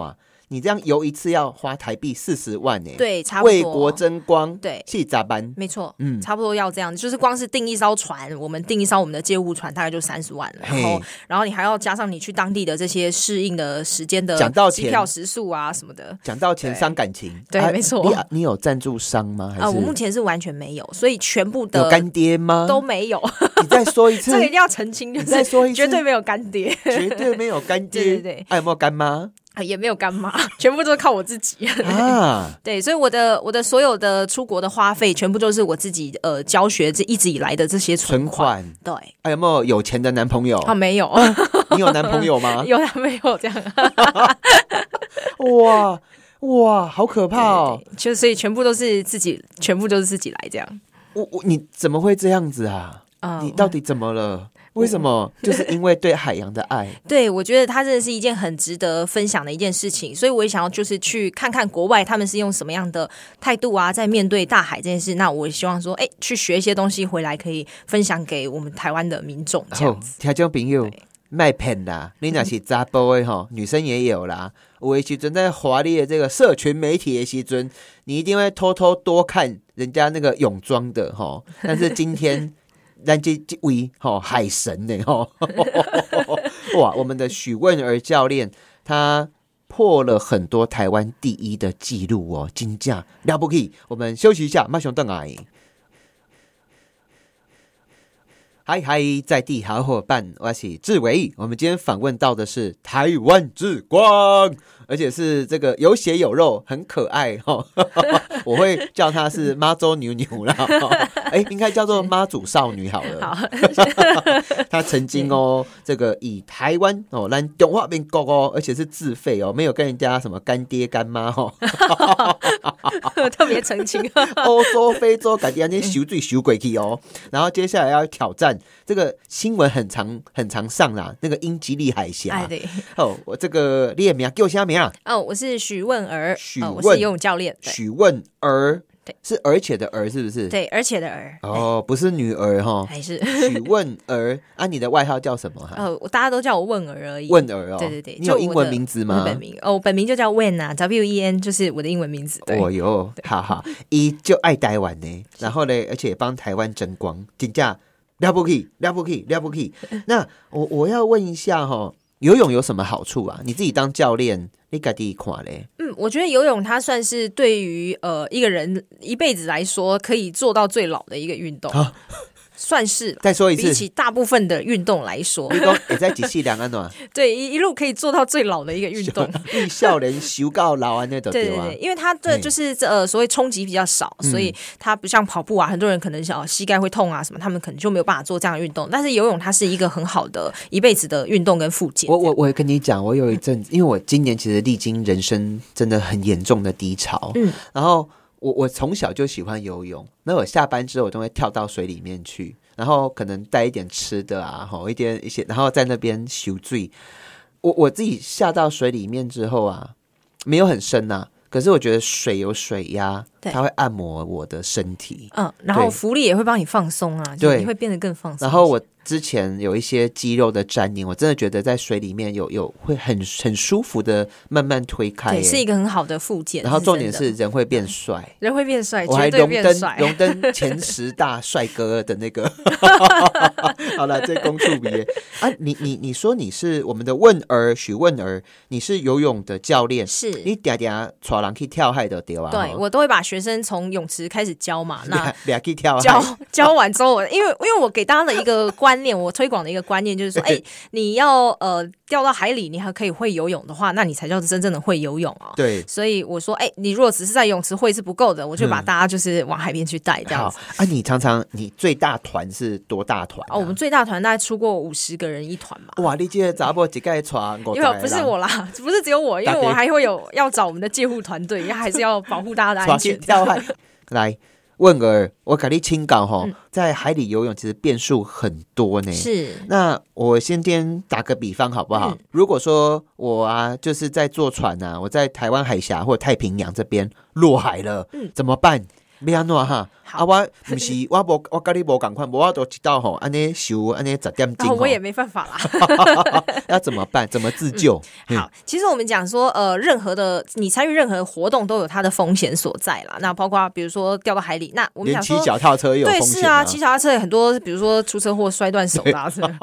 [SPEAKER 1] 你这样游一次要花台币四十万呢、
[SPEAKER 2] 对，差不多。
[SPEAKER 1] 为国争光，
[SPEAKER 2] 对
[SPEAKER 1] 气咋办？
[SPEAKER 2] 没错，嗯，差不多要这样，就是光是订一艘船，我们订一艘我们的借务船，大概就三十万了。然后
[SPEAKER 1] 嘿，
[SPEAKER 2] 然后你还要加上你去当地的这些适应的时间的
[SPEAKER 1] 讲到
[SPEAKER 2] 机
[SPEAKER 1] 钱
[SPEAKER 2] 票、食宿啊什么的。
[SPEAKER 1] 讲到钱伤感情，
[SPEAKER 2] 对
[SPEAKER 1] 啊
[SPEAKER 2] 没错
[SPEAKER 1] 你啊你有赞助商吗？还
[SPEAKER 2] 啊、我目
[SPEAKER 1] 是
[SPEAKER 2] 前是完全没有，所以全部
[SPEAKER 1] 有
[SPEAKER 2] 的
[SPEAKER 1] 干爹吗？
[SPEAKER 2] 都没有。
[SPEAKER 1] 你再说一
[SPEAKER 2] 这
[SPEAKER 1] 次，
[SPEAKER 2] 个一定要澄清，就
[SPEAKER 1] 你再
[SPEAKER 2] 是
[SPEAKER 1] 说一次，
[SPEAKER 2] 绝对没有干爹，
[SPEAKER 1] 绝对没有干爹。
[SPEAKER 2] 对对对
[SPEAKER 1] 啊，有没有干妈
[SPEAKER 2] 啊也没有干妈，全部都是靠我自己。
[SPEAKER 1] 啊？
[SPEAKER 2] 对，所以我的我的所有的出国的花费，全部都是我自己呃教学这一直以来的这些存
[SPEAKER 1] 存
[SPEAKER 2] 款。
[SPEAKER 1] 款，
[SPEAKER 2] 对，
[SPEAKER 1] 啊，有没有有钱的男朋友？
[SPEAKER 2] 啊没有，
[SPEAKER 1] 你有男朋友吗？
[SPEAKER 2] 有啊没有这样。
[SPEAKER 1] 哇哇，好可怕哦！
[SPEAKER 2] 对，就所以全部都是自己，全部都是自己来这样。
[SPEAKER 1] 我我你怎么会这样子啊？
[SPEAKER 2] 啊。
[SPEAKER 1] 你到底怎么了？为什么？就是因为对海洋的爱
[SPEAKER 2] 对，我觉得它真的是一件很值得分享的一件事情，所以我也想要就是去看看国外他们是用什么样的态度啊，在面对大海这件事。那我也希望说，哎，去学一些东西回来，可以分享给我们台湾的民众这
[SPEAKER 1] 哦
[SPEAKER 2] 样子。，
[SPEAKER 1] 听众朋友
[SPEAKER 2] 对，
[SPEAKER 1] 卖骗 啦！你那是查甫的吼，女生也有啦。我时阵在华丽的这个社群媒体的时阵，你一定会偷偷多看人家那个泳装的吼。 但是今天，咱这这位吼海神呢吼， 哇，我们的许问儿教练他。破了很多台湾第一的记录哦，金价了不起！我们休息一下，马上邓来。嗨嗨，在地好伙伴，我是志伟。我们今天访问到的是台湾之光，而且是这个有血有肉，很可爱哈、哦。 我会叫她是妈周牛牛啦，哎、应该叫做妈祖少女好了。
[SPEAKER 2] 好，
[SPEAKER 1] 他曾经哦，这个以台湾哦，咱中华民国哦，而且是自费哦，没有跟人家什么干爹干妈哦，
[SPEAKER 2] 特别澄 清。
[SPEAKER 1] 欧洲、非洲，感觉安尼
[SPEAKER 2] 嗯
[SPEAKER 1] 修最修鬼去哦。然后接下来要挑战这个新闻很常很常上啦，那个英吉利海
[SPEAKER 2] 哎，
[SPEAKER 1] 峡
[SPEAKER 2] 对，
[SPEAKER 1] 哦，我这个列名给我下名啊，
[SPEAKER 2] 哦，我是许问儿，
[SPEAKER 1] 许
[SPEAKER 2] 呃我
[SPEAKER 1] 问
[SPEAKER 2] 是游泳教练，对
[SPEAKER 1] 许问儿
[SPEAKER 2] 对，
[SPEAKER 1] 是而且的儿是不是？
[SPEAKER 2] 对，而且的儿哎
[SPEAKER 1] 哦，不是女儿 哈，
[SPEAKER 2] 还是
[SPEAKER 1] 许问儿啊，你的外号叫什么哈？
[SPEAKER 2] 呃，我大家都叫我问儿而已。
[SPEAKER 1] 问儿哦，
[SPEAKER 2] 对对对，
[SPEAKER 1] 你
[SPEAKER 2] 就
[SPEAKER 1] 有
[SPEAKER 2] 我
[SPEAKER 1] 英文
[SPEAKER 2] 的
[SPEAKER 1] 名字
[SPEAKER 2] 我
[SPEAKER 1] 吗
[SPEAKER 2] 的？本名哦，我本名就叫 Wen 啊，W E N 就是我的英文名字。对，
[SPEAKER 1] 哦哟，好好，伊就爱台湾呢，然后呢，而且也帮台湾争光，真价了不起，了不起，了不 起。那我我要问一下哈、游泳有什么好处啊？你自己当教练，你家己看嘞？
[SPEAKER 2] 嗯，我觉得游泳它算是对于呃一个人一辈子来说可以做到最老的一个运动，
[SPEAKER 1] 啊
[SPEAKER 2] 算是啦
[SPEAKER 1] 再说 一
[SPEAKER 2] 比
[SPEAKER 1] 次，
[SPEAKER 2] 起大部分的运动来说
[SPEAKER 1] 你，讲也在几细两安暖，
[SPEAKER 2] 对一一路可以做到最老的一个运 动。
[SPEAKER 1] 你少年修到老安那种
[SPEAKER 2] 对
[SPEAKER 1] 对
[SPEAKER 2] 对
[SPEAKER 1] 啊
[SPEAKER 2] 对，。因为它的
[SPEAKER 1] 嗯
[SPEAKER 2] 就是呃所谓冲击比较少，所以它不像跑步啊，很多人可能想膝盖会痛啊什么，他们可能就没有办法做这样的运动。但是游泳它是一个很好的一辈子的运动跟复健。
[SPEAKER 1] 我我我跟你讲，我有一阵
[SPEAKER 2] 嗯
[SPEAKER 1] 子，因为我今年其实历经人生真的很严重的低潮，
[SPEAKER 2] 嗯，
[SPEAKER 1] 然后我我从小就喜欢游泳，那我下班之后我都会跳到水里面去，然后可能带一点吃的啊，吼一点一些，然后在那边修醉。我我自己下到水里面之后啊，没有很深呐、可是我觉得水有水压，
[SPEAKER 2] 对
[SPEAKER 1] 它会按摩我的身体。
[SPEAKER 2] 嗯，然后
[SPEAKER 1] 对
[SPEAKER 2] 浮力也会帮你放松啊，就
[SPEAKER 1] 对
[SPEAKER 2] 你会变得更放松。
[SPEAKER 1] 然后我之前有一些肌肉的粘连，我真的觉得在水里面有有会很很舒服的慢慢推开、
[SPEAKER 2] 对，是一
[SPEAKER 1] 耶
[SPEAKER 2] 个很好的附件。
[SPEAKER 1] 然后重
[SPEAKER 2] 真
[SPEAKER 1] 点
[SPEAKER 2] 的
[SPEAKER 1] 是人会变帅。
[SPEAKER 2] 人会变帅，
[SPEAKER 1] 我还
[SPEAKER 2] 绝对
[SPEAKER 1] 荣
[SPEAKER 2] 变
[SPEAKER 1] 登
[SPEAKER 2] 帅。
[SPEAKER 1] 荣登前十大帅哥的那个，好了，这公处比耶啊！你你你说你是我们的问儿许问儿，你是游泳的教练，
[SPEAKER 2] 是，
[SPEAKER 1] 你嗲嗲抓人去跳海的对吧？
[SPEAKER 2] 对我都会把学生 从泳池开始教嘛。那
[SPEAKER 1] 俩去跳海
[SPEAKER 2] 教教完之后，我因为因为我给大家的一个观观念，我推广的一个观念就是说，哎、你要呃掉到海里，你还可以会游泳的话，那你才叫真正的会游泳哦。
[SPEAKER 1] 对，
[SPEAKER 2] 所以我说，哎、你如果只是在泳池会是不够的，我就
[SPEAKER 1] 嗯
[SPEAKER 2] 把大家就是往海边去带 这样
[SPEAKER 1] 好
[SPEAKER 2] 子。
[SPEAKER 1] 啊，你常常你最大团是多大团、啊？
[SPEAKER 2] 哦，我们最大团大概出过五十个人一团嘛。
[SPEAKER 1] 哇，你这个杂波几盖船，
[SPEAKER 2] 因为不是我啦， 不是只有我，因为
[SPEAKER 1] 大家
[SPEAKER 2] 我还会有要找我们的戒护团队，因为还是要保护大家的安
[SPEAKER 1] 船去
[SPEAKER 2] 全。
[SPEAKER 1] 跳 海。来，问儿，我给你请教哈，在海里游泳其实变数很多呢。
[SPEAKER 2] 是，
[SPEAKER 1] 那我先先打个比方好不好？
[SPEAKER 2] 嗯
[SPEAKER 1] 如果说我啊，就是在坐船啊，我在台湾海峡或太平洋这边落海了，
[SPEAKER 2] 嗯
[SPEAKER 1] 怎么办？要安怎哈？
[SPEAKER 2] 好
[SPEAKER 1] 啊，我不是我无我跟你无共款，无我都知道吼，安尼修安尼十点
[SPEAKER 2] 然
[SPEAKER 1] 钟吼，
[SPEAKER 2] 后啊我也没 办法啦。
[SPEAKER 1] 要怎么办？怎么自救？嗯
[SPEAKER 2] 好，其实我们讲说，呃，任何的你参与任何活动都有它的风险所在啦。那包括比如说掉到海里，那我们
[SPEAKER 1] 连
[SPEAKER 2] 讲
[SPEAKER 1] 骑
[SPEAKER 2] 说。
[SPEAKER 1] 脚踏车也有
[SPEAKER 2] 对，
[SPEAKER 1] 风
[SPEAKER 2] 是
[SPEAKER 1] 险
[SPEAKER 2] 啊，骑脚踏车也很多，比如说出车祸摔断手啦、 啊，是吧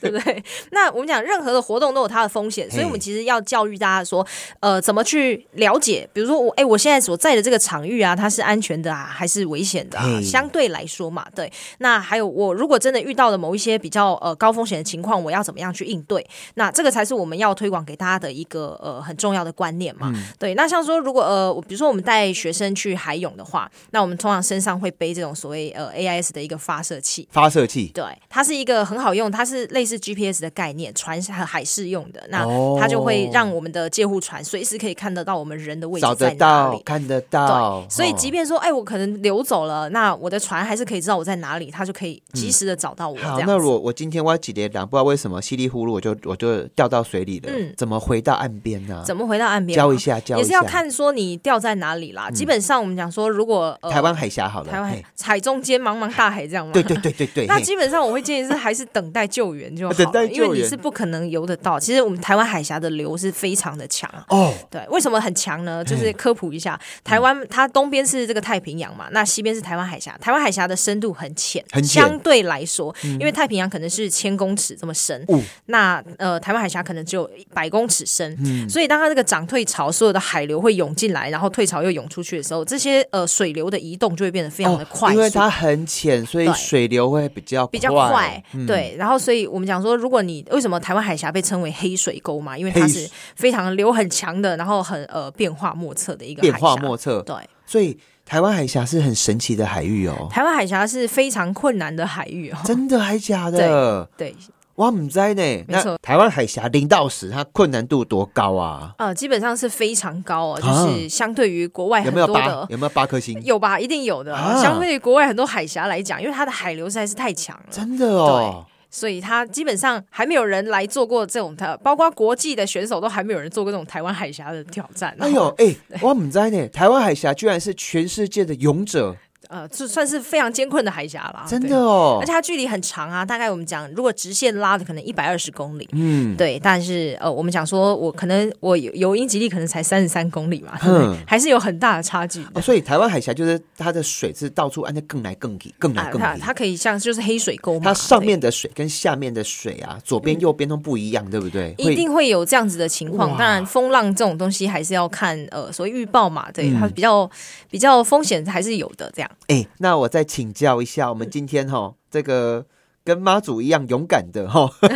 [SPEAKER 2] 对不对？那我们讲任何的活动都有它的风险，所以我们
[SPEAKER 1] 嘿
[SPEAKER 2] 其实要教育大家说，呃，怎么去了解，比如说我，哎、我现在所在的这个场域啊，它是安全的啊，还是危险的啊？
[SPEAKER 1] 嘿
[SPEAKER 2] 相对来说嘛，对。那还有我如果真的遇到了某一些比较呃高风险的情况，我要怎么样去应对？那这个才是我们要推广给大家的一个呃很重要的观念嘛。对，那像说如果呃，我比如说我们带学生去海泳的话，那我们通常身上会背这种所谓呃 AIS 的一个发射器。
[SPEAKER 1] 发射器，
[SPEAKER 2] 对，它是一个很好用，它是类似 GPS 的概念，船和海试用的。那
[SPEAKER 1] 哦
[SPEAKER 2] 它就会让我们的戒护船随时可以看得到我们人的位置
[SPEAKER 1] 找得
[SPEAKER 2] 在哪
[SPEAKER 1] 到
[SPEAKER 2] 里，。
[SPEAKER 1] 看得
[SPEAKER 2] 对
[SPEAKER 1] 到，，
[SPEAKER 2] 所以
[SPEAKER 1] 哦
[SPEAKER 2] 即便说，哎、我可能流走了，那我的船还是可以知道我在哪里，它就可以及时的找到我。
[SPEAKER 1] 哦好
[SPEAKER 2] 这，样
[SPEAKER 1] 那
[SPEAKER 2] 子
[SPEAKER 1] 如果我今天我几点两，不知道为什么稀里糊涂我就我就掉到水里了，
[SPEAKER 2] 嗯
[SPEAKER 1] 怎么回到岸边呢、
[SPEAKER 2] 怎么回到岸边？
[SPEAKER 1] 教一下，教一下，嗯
[SPEAKER 2] 也是要看说你掉在哪里啦。基本上我们讲说，如果、呃、
[SPEAKER 1] 台湾海峡好了，
[SPEAKER 2] 台湾
[SPEAKER 1] 嘿
[SPEAKER 2] 海海中间茫茫大海这样吗？
[SPEAKER 1] 对对对对对，
[SPEAKER 2] 那
[SPEAKER 1] 嘿
[SPEAKER 2] 基本上我会建议是还是等待救援就好了，
[SPEAKER 1] 啊等待救援
[SPEAKER 2] 因为你是不可能游得到。其实我们台湾海峡的流是非常的强，啊
[SPEAKER 1] 哦，
[SPEAKER 2] 对，为什么很强呢？就是科普一下，台湾它东边是这个太平洋嘛，那西边是台湾海峡，台湾海峡的深度很浅，
[SPEAKER 1] 很浅嗯
[SPEAKER 2] 相对来说，因为太平洋可能是千公尺这么深，
[SPEAKER 1] 哦
[SPEAKER 2] 那呃台湾海峡可能只有百公尺深，
[SPEAKER 1] 嗯
[SPEAKER 2] 所以当它这个涨退潮，所有的海流会涌进来，然后退潮又涌出去的时候，这些呃水流的移动就会变得非常的快
[SPEAKER 1] 哦
[SPEAKER 2] 速，
[SPEAKER 1] 因为它很浅，所以
[SPEAKER 2] 对
[SPEAKER 1] 水流会比较
[SPEAKER 2] 比较快，
[SPEAKER 1] 嗯
[SPEAKER 2] 对。然后，所以我们讲说，如果你为什么台湾海峡被称为黑水沟嘛？因为它
[SPEAKER 1] 黑
[SPEAKER 2] 是
[SPEAKER 1] 水
[SPEAKER 2] 非常流很强的，然后很呃变化莫测的一个
[SPEAKER 1] 变
[SPEAKER 2] 海
[SPEAKER 1] 化
[SPEAKER 2] 峡
[SPEAKER 1] 莫测，
[SPEAKER 2] 对，
[SPEAKER 1] 所以台湾海峡是很神奇的海域哦，
[SPEAKER 2] 台湾海峡是非常困难的海域哦。
[SPEAKER 1] 真的还假的？
[SPEAKER 2] 对，
[SPEAKER 1] 我唔知呢。那
[SPEAKER 2] 错
[SPEAKER 1] 台湾海峡零到十，它困难度多高啊？
[SPEAKER 2] 呃，基本上是非常高
[SPEAKER 1] 啊
[SPEAKER 2] 哦，就是相对于国外
[SPEAKER 1] 有
[SPEAKER 2] 哎很
[SPEAKER 1] 没有
[SPEAKER 2] 多
[SPEAKER 1] 八
[SPEAKER 2] 的？。
[SPEAKER 1] 有没有八颗星？
[SPEAKER 2] 有吧，一定有的。
[SPEAKER 1] 啊
[SPEAKER 2] 相对于国外很多海峡来讲，因为它的海流实在是太强了，
[SPEAKER 1] 真的哦，
[SPEAKER 2] 所以它基本上还没有人来做过这种，它包括国际的选手都还没有人做过这种台湾海峡的挑战。
[SPEAKER 1] 哎呦，哎、我唔知呢， 台湾海峡居然是全世界的勇者，
[SPEAKER 2] 呃，就算是非常艰困的海峡啦，
[SPEAKER 1] 真的
[SPEAKER 2] 啊对。
[SPEAKER 1] 哦
[SPEAKER 2] 而且。它距离很长啊，大概我们讲，如果直线拉的可能一百二十公里，
[SPEAKER 1] 嗯，
[SPEAKER 2] 对。但是呃，我们讲说，我可能我有有英吉利可能才三十三公里嘛，对不对
[SPEAKER 1] 嗯
[SPEAKER 2] 还是有很大的差距的
[SPEAKER 1] 哦所以台湾海峡就是它的水是到处按照更来更急，更
[SPEAKER 2] 啊
[SPEAKER 1] 来。更
[SPEAKER 2] 它
[SPEAKER 1] 急。
[SPEAKER 2] 它可以像就是黑水沟嘛，
[SPEAKER 1] 它上
[SPEAKER 2] 对
[SPEAKER 1] 面的水跟下面的水啊，左边右边都不一样，对不对？
[SPEAKER 2] 一定会有这样子的情况。
[SPEAKER 1] 哇
[SPEAKER 2] 当然，风浪这种东西还是要看呃所谓预报嘛，对、
[SPEAKER 1] 嗯
[SPEAKER 2] 它比较比较风险还是有的这样。
[SPEAKER 1] 哎、那我再请教一下，我们今天哈这个跟妈祖一样勇敢的哈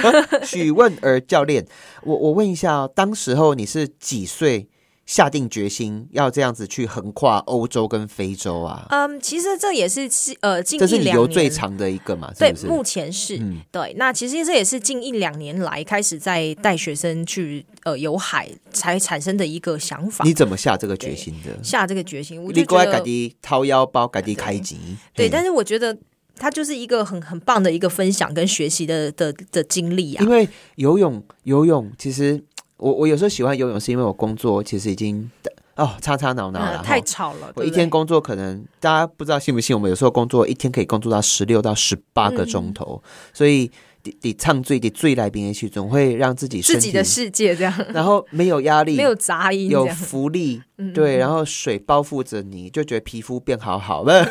[SPEAKER 1] 许问儿教练，我我问一下哦，当时候你是几岁下定决心要这样子去横跨欧洲跟非洲啊？
[SPEAKER 2] 嗯，其实这也是近呃近
[SPEAKER 1] 这是
[SPEAKER 2] 一
[SPEAKER 1] 你
[SPEAKER 2] 两
[SPEAKER 1] 游
[SPEAKER 2] 年
[SPEAKER 1] 最长的一个嘛？是
[SPEAKER 2] 对
[SPEAKER 1] 不，是？
[SPEAKER 2] 目前是、
[SPEAKER 1] 嗯
[SPEAKER 2] 对。那其实这也是近一两年来开始在带学生去呃游海才产生的一个想法
[SPEAKER 1] 你，怎么下这个决心的？
[SPEAKER 2] 下这个决心。我
[SPEAKER 1] 你
[SPEAKER 2] 就
[SPEAKER 1] 过
[SPEAKER 2] 觉
[SPEAKER 1] 来赶
[SPEAKER 2] 得
[SPEAKER 1] 紧掏腰包，赶紧开机。嗯
[SPEAKER 2] 对，
[SPEAKER 1] 嘿
[SPEAKER 2] 但是我觉得它就是一个很很棒的一个分享跟学习的的的经历啊
[SPEAKER 1] 因。为游泳，游泳其实我我有时候喜欢游泳，是因为我工作其实已经哦叉叉挠挠
[SPEAKER 2] 嗯
[SPEAKER 1] 了，
[SPEAKER 2] 太
[SPEAKER 1] 哈
[SPEAKER 2] 吵了，
[SPEAKER 1] 我
[SPEAKER 2] 对
[SPEAKER 1] 一
[SPEAKER 2] 不
[SPEAKER 1] 天
[SPEAKER 2] 对
[SPEAKER 1] 工作可能大家不知道信不信，我们有时候工作一天可以工作到十六到十八
[SPEAKER 2] 嗯
[SPEAKER 1] 个钟头，所以得得唱醉得醉来宾的去，总会让自己身
[SPEAKER 2] 自己的
[SPEAKER 1] 体，
[SPEAKER 2] 世界这样，
[SPEAKER 1] 然后没有压力，
[SPEAKER 2] 没有杂音这
[SPEAKER 1] 有
[SPEAKER 2] 样。
[SPEAKER 1] 浮力，
[SPEAKER 2] 嗯
[SPEAKER 1] 对，然后水包覆着你，就觉得皮肤变好好了，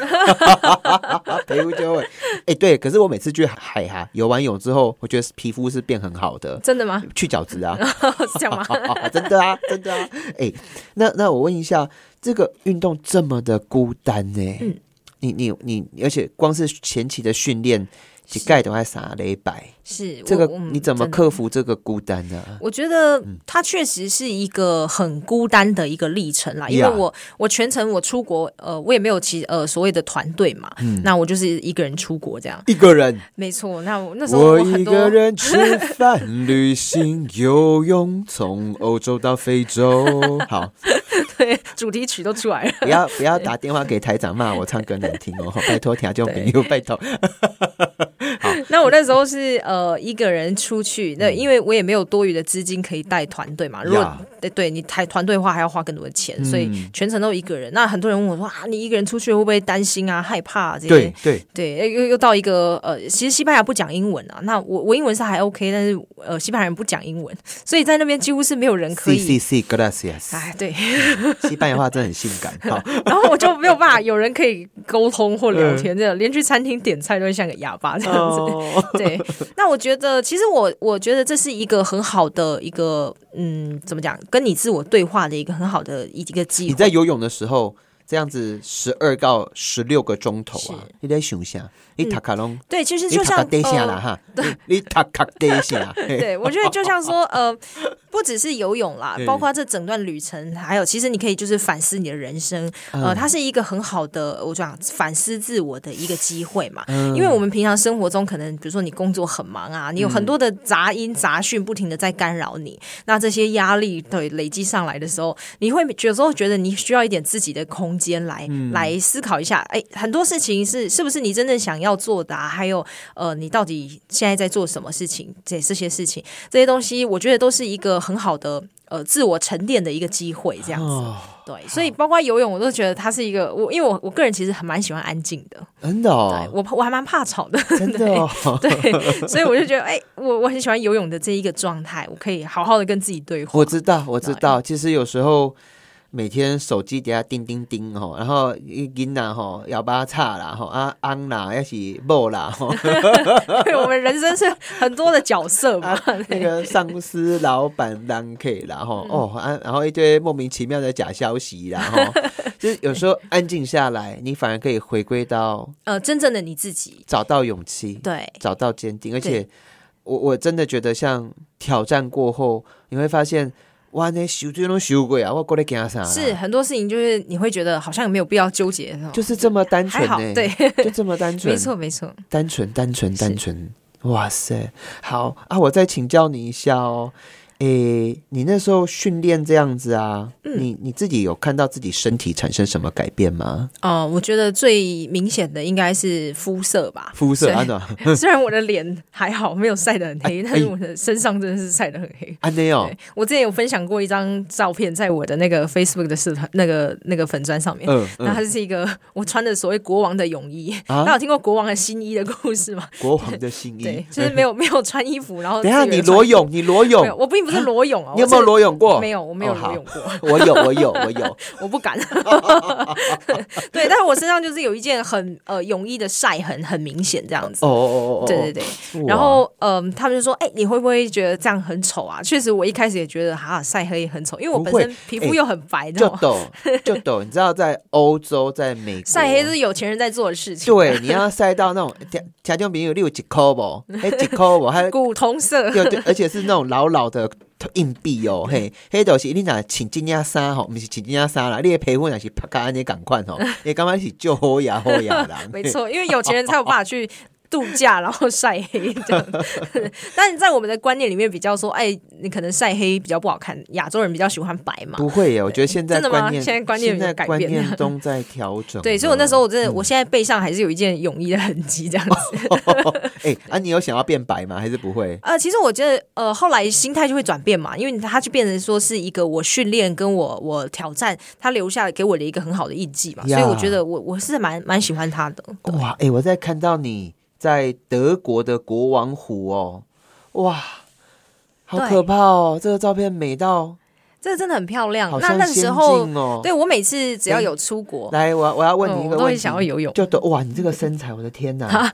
[SPEAKER 1] 皮肤就会，哎、对，可是我每次去海哈、游完泳之后，我觉得皮肤是变很好的，
[SPEAKER 2] 真的吗？
[SPEAKER 1] 去角质啊，
[SPEAKER 2] 是这 样吗？
[SPEAKER 1] 真的啊，真的啊，哎、那那我问一下，这个运动这么的孤单呢、
[SPEAKER 2] 嗯
[SPEAKER 1] 你你你，而且光是前期的训练，一盖的话三礼拜，
[SPEAKER 2] 是
[SPEAKER 1] 这个
[SPEAKER 2] 我嗯
[SPEAKER 1] 你怎么
[SPEAKER 2] 真的
[SPEAKER 1] 克服这个孤单呢、
[SPEAKER 2] 我觉得它确实是一个很孤单的一个历程啦，因为
[SPEAKER 1] Yeah
[SPEAKER 2] 我我全程我出国，呃，我也没有其呃所谓的团队嘛，
[SPEAKER 1] 嗯
[SPEAKER 2] 那我就是一个人出国这样，
[SPEAKER 1] 一个人，
[SPEAKER 2] 没错。那我那时候
[SPEAKER 1] 我
[SPEAKER 2] 我很
[SPEAKER 1] 一
[SPEAKER 2] 多
[SPEAKER 1] 个人吃 饭、旅行、游泳，从欧洲到非 洲。好，
[SPEAKER 2] 对主题曲都出来了，
[SPEAKER 1] 不要不要打电话给台长骂我唱歌难听哦，拜托听众朋友，拜托。
[SPEAKER 2] 那我那时候是呃一个人出去，那因为我也没有多余的资金可以带团队嘛。如果
[SPEAKER 1] 嗯 Yeah
[SPEAKER 2] 对对你带团队的话，还要花更多的钱，所以
[SPEAKER 1] 嗯
[SPEAKER 2] 全程都一个人。那很多人问我说啊，你一个人出去会不会担心啊、害怕、啊、这些？
[SPEAKER 1] 对对，
[SPEAKER 2] 对，呃又又到一个呃，其实西班牙不讲英文啊。那我我英文是还 OK，但是呃，西班牙人不讲英文， 所以在那边几乎是没有人可
[SPEAKER 1] C C。
[SPEAKER 2] 以
[SPEAKER 1] C gracias，
[SPEAKER 2] 哎，对，
[SPEAKER 1] 西班牙话真的很性感。好，
[SPEAKER 2] 然后我就没有办法有人可以沟通或聊
[SPEAKER 1] 嗯
[SPEAKER 2] 天，这样连去餐厅点菜都会像个哑巴这样子。
[SPEAKER 1] 哦
[SPEAKER 2] 对，那我觉得其实我我觉得这是一个很好的一个嗯，怎么讲，跟你自我对话的一个很好的一个机
[SPEAKER 1] 你
[SPEAKER 2] 会。
[SPEAKER 1] 在游泳的时候。这样子十二到十六个钟头啊
[SPEAKER 2] 是，
[SPEAKER 1] 你在想一下，你塔卡隆，
[SPEAKER 2] 对，其实
[SPEAKER 1] 你
[SPEAKER 2] 就
[SPEAKER 1] 塔
[SPEAKER 2] 像
[SPEAKER 1] 卡底下
[SPEAKER 2] 呃
[SPEAKER 1] 啦哈，你你塔卡底下，嘿
[SPEAKER 2] 对，我觉得就像说，呃，不只是游泳啦
[SPEAKER 1] 对，
[SPEAKER 2] 包括这整段旅程，还有其实你可以就是反思你的人生，呃，它是一个很好的，我讲反思自我的一个机会嘛。因为我们平常生活中可能，比如说你工作很忙啊，你有很多的杂音杂讯不停的在干扰你，那这些压力对累积上来的时候，你会有时候觉得你需要一点自己的空间来、来思考一下，哎，很多事情是是不是你真正想要做的、啊，还有呃，你到底现在在做什么事情？这这些事情，这些东西，我觉得都是一个很好的呃自我沉淀的一个机会，这样子。
[SPEAKER 1] 哦
[SPEAKER 2] 对，所以包括游泳，我都觉得它是一个我，因为我我个人其实很蛮喜欢安静的，
[SPEAKER 1] 真的
[SPEAKER 2] 对
[SPEAKER 1] 哦，
[SPEAKER 2] 我我还蛮怕吵的，
[SPEAKER 1] 真的哦，
[SPEAKER 2] 对，所以我就觉得，哎、我我很喜欢游泳的这一个状态，我可以好好的跟自己对话
[SPEAKER 1] 我。知道，我知道。其实有时候每天手机底下叮叮叮吼，然后一囡仔吼哑巴叉啦吼啊昂啦，要是某啦 吼，
[SPEAKER 2] 对， 我们人生是很多的角色 嘛，
[SPEAKER 1] 啊 那个上司、老板、当 K 啦
[SPEAKER 2] 嗯
[SPEAKER 1] 吼哦啊，然后一堆莫名其妙的假消息啦 吼，就是有时候安静下来，你反而可以回归到
[SPEAKER 2] 呃，真正的你自己，
[SPEAKER 1] 找到勇气，
[SPEAKER 2] 对，
[SPEAKER 1] 找到坚定，而
[SPEAKER 2] 对
[SPEAKER 1] 且我我真的觉得，像挑战过后，你会发现，哇，那修这种修鬼啊，我过来干啥啦？
[SPEAKER 2] 是很多事情就是你会觉得好像也没有必要纠结，
[SPEAKER 1] 就是是这么单纯
[SPEAKER 2] 哦还好
[SPEAKER 1] 呢、，
[SPEAKER 2] 对，
[SPEAKER 1] 就这么单纯，
[SPEAKER 2] 没错没错。
[SPEAKER 1] 单纯，单纯，
[SPEAKER 2] 是
[SPEAKER 1] 单纯，哇塞，好啊！我再请教你一下哦，诶，你那时候训练这样子啊，
[SPEAKER 2] 嗯
[SPEAKER 1] 你你自己有看到自己身体产生什么改变吗？
[SPEAKER 2] 哦、我觉得最明显的应该是肤色 吧。
[SPEAKER 1] 肤色
[SPEAKER 2] 虽
[SPEAKER 1] 啊
[SPEAKER 2] 然
[SPEAKER 1] 那
[SPEAKER 2] 虽然我的脸还好，没有晒得很黑，
[SPEAKER 1] 哎
[SPEAKER 2] 但是我的身上真的是晒得很黑。
[SPEAKER 1] 啊那哦
[SPEAKER 2] 对，，我之前有分享过一张照片，在我的那个 Facebook 的社团、那个那个粉砖上面。
[SPEAKER 1] 嗯
[SPEAKER 2] 那
[SPEAKER 1] 嗯，
[SPEAKER 2] 它是一个我穿的所谓国王的泳衣，
[SPEAKER 1] 啊
[SPEAKER 2] 那有听过国王的新衣的故事吗？
[SPEAKER 1] 国王的新衣，
[SPEAKER 2] 对，就是没有没有穿衣服，然后
[SPEAKER 1] 哎等一下
[SPEAKER 2] 自
[SPEAKER 1] 你
[SPEAKER 2] 己人
[SPEAKER 1] 裸
[SPEAKER 2] 穿
[SPEAKER 1] 泳，你裸
[SPEAKER 2] 没有
[SPEAKER 1] 泳，
[SPEAKER 2] 我并不是裸泳哦，
[SPEAKER 1] 你有
[SPEAKER 2] 我
[SPEAKER 1] 没有
[SPEAKER 2] 是
[SPEAKER 1] 裸泳过？
[SPEAKER 2] 没有，我没
[SPEAKER 1] 哦
[SPEAKER 2] 有
[SPEAKER 1] 好
[SPEAKER 2] 裸泳过。
[SPEAKER 1] 我有，我有，我 有，
[SPEAKER 2] 我不敢。对，但是我身上就是有一件很呃泳衣的晒痕，很明显这样子。
[SPEAKER 1] 哦哦哦哦，哦
[SPEAKER 2] 对对，对，
[SPEAKER 1] 哇
[SPEAKER 2] 然后嗯，他们就说，哎、你会不会觉得这样很丑啊？确实，我一开始也觉得哈晒黑很丑，因为我
[SPEAKER 1] 不
[SPEAKER 2] 本
[SPEAKER 1] 会
[SPEAKER 2] 身皮肤
[SPEAKER 1] 哎
[SPEAKER 2] 又很白，你知
[SPEAKER 1] 就
[SPEAKER 2] 道吗？
[SPEAKER 1] 抖就抖，你知道在欧洲，在美国
[SPEAKER 2] 晒黑是有钱人在做的事情，
[SPEAKER 1] 对，你要晒到那种 条条件比有六几扣 不，嘿几扣不，还
[SPEAKER 2] 古铜色。，
[SPEAKER 1] 对对，而且是那种老老的硬币哦，嘿，嘿就是你若穿金领衫吼，不是穿金领衫啦，你的皮肤若是拍干安尼赶快吼，你感觉是就好呀好呀啦
[SPEAKER 2] 没错，因为有钱人才有办法去度假，然后晒黑这样。 但是在我们的观念里面，比较说，哎，你可能晒黑比较不好看，亚洲人比较喜欢白嘛。
[SPEAKER 1] 不会耶，我觉得现在
[SPEAKER 2] 真的吗
[SPEAKER 1] 观念
[SPEAKER 2] 现在观念有
[SPEAKER 1] 现在
[SPEAKER 2] 改
[SPEAKER 1] 观
[SPEAKER 2] 变
[SPEAKER 1] 念中在调整了。
[SPEAKER 2] 对，所以我那时候我真
[SPEAKER 1] 嗯
[SPEAKER 2] 的，我现在背上还是有一件泳衣的痕迹这样 子。
[SPEAKER 1] 哎啊，你有想要变白吗？还是不会？
[SPEAKER 2] 呃，其实我觉得，呃，后来心态就会转变嘛，因为它就变成说是一个我训练跟我我挑战，它留下给我的一个很好的印记嘛，所以我
[SPEAKER 1] 呀
[SPEAKER 2] 觉得我我是蛮蛮喜欢它的。
[SPEAKER 1] 哇，哎、我在看到你在德国的国王湖哦，哇，好
[SPEAKER 2] 对
[SPEAKER 1] 可怕哦！这个照片美到
[SPEAKER 2] 这个真的很漂亮
[SPEAKER 1] 好。
[SPEAKER 2] 那
[SPEAKER 1] 像
[SPEAKER 2] 那个
[SPEAKER 1] 仙
[SPEAKER 2] 时
[SPEAKER 1] 境
[SPEAKER 2] 候，
[SPEAKER 1] 哦。
[SPEAKER 2] 对我每次只要有出国，
[SPEAKER 1] 来，我我要问
[SPEAKER 2] 嗯
[SPEAKER 1] 你一
[SPEAKER 2] 我
[SPEAKER 1] 个
[SPEAKER 2] 都
[SPEAKER 1] 问
[SPEAKER 2] 会
[SPEAKER 1] 题，
[SPEAKER 2] 想要游泳。
[SPEAKER 1] 就对，哇，你这个身材，我的天哪，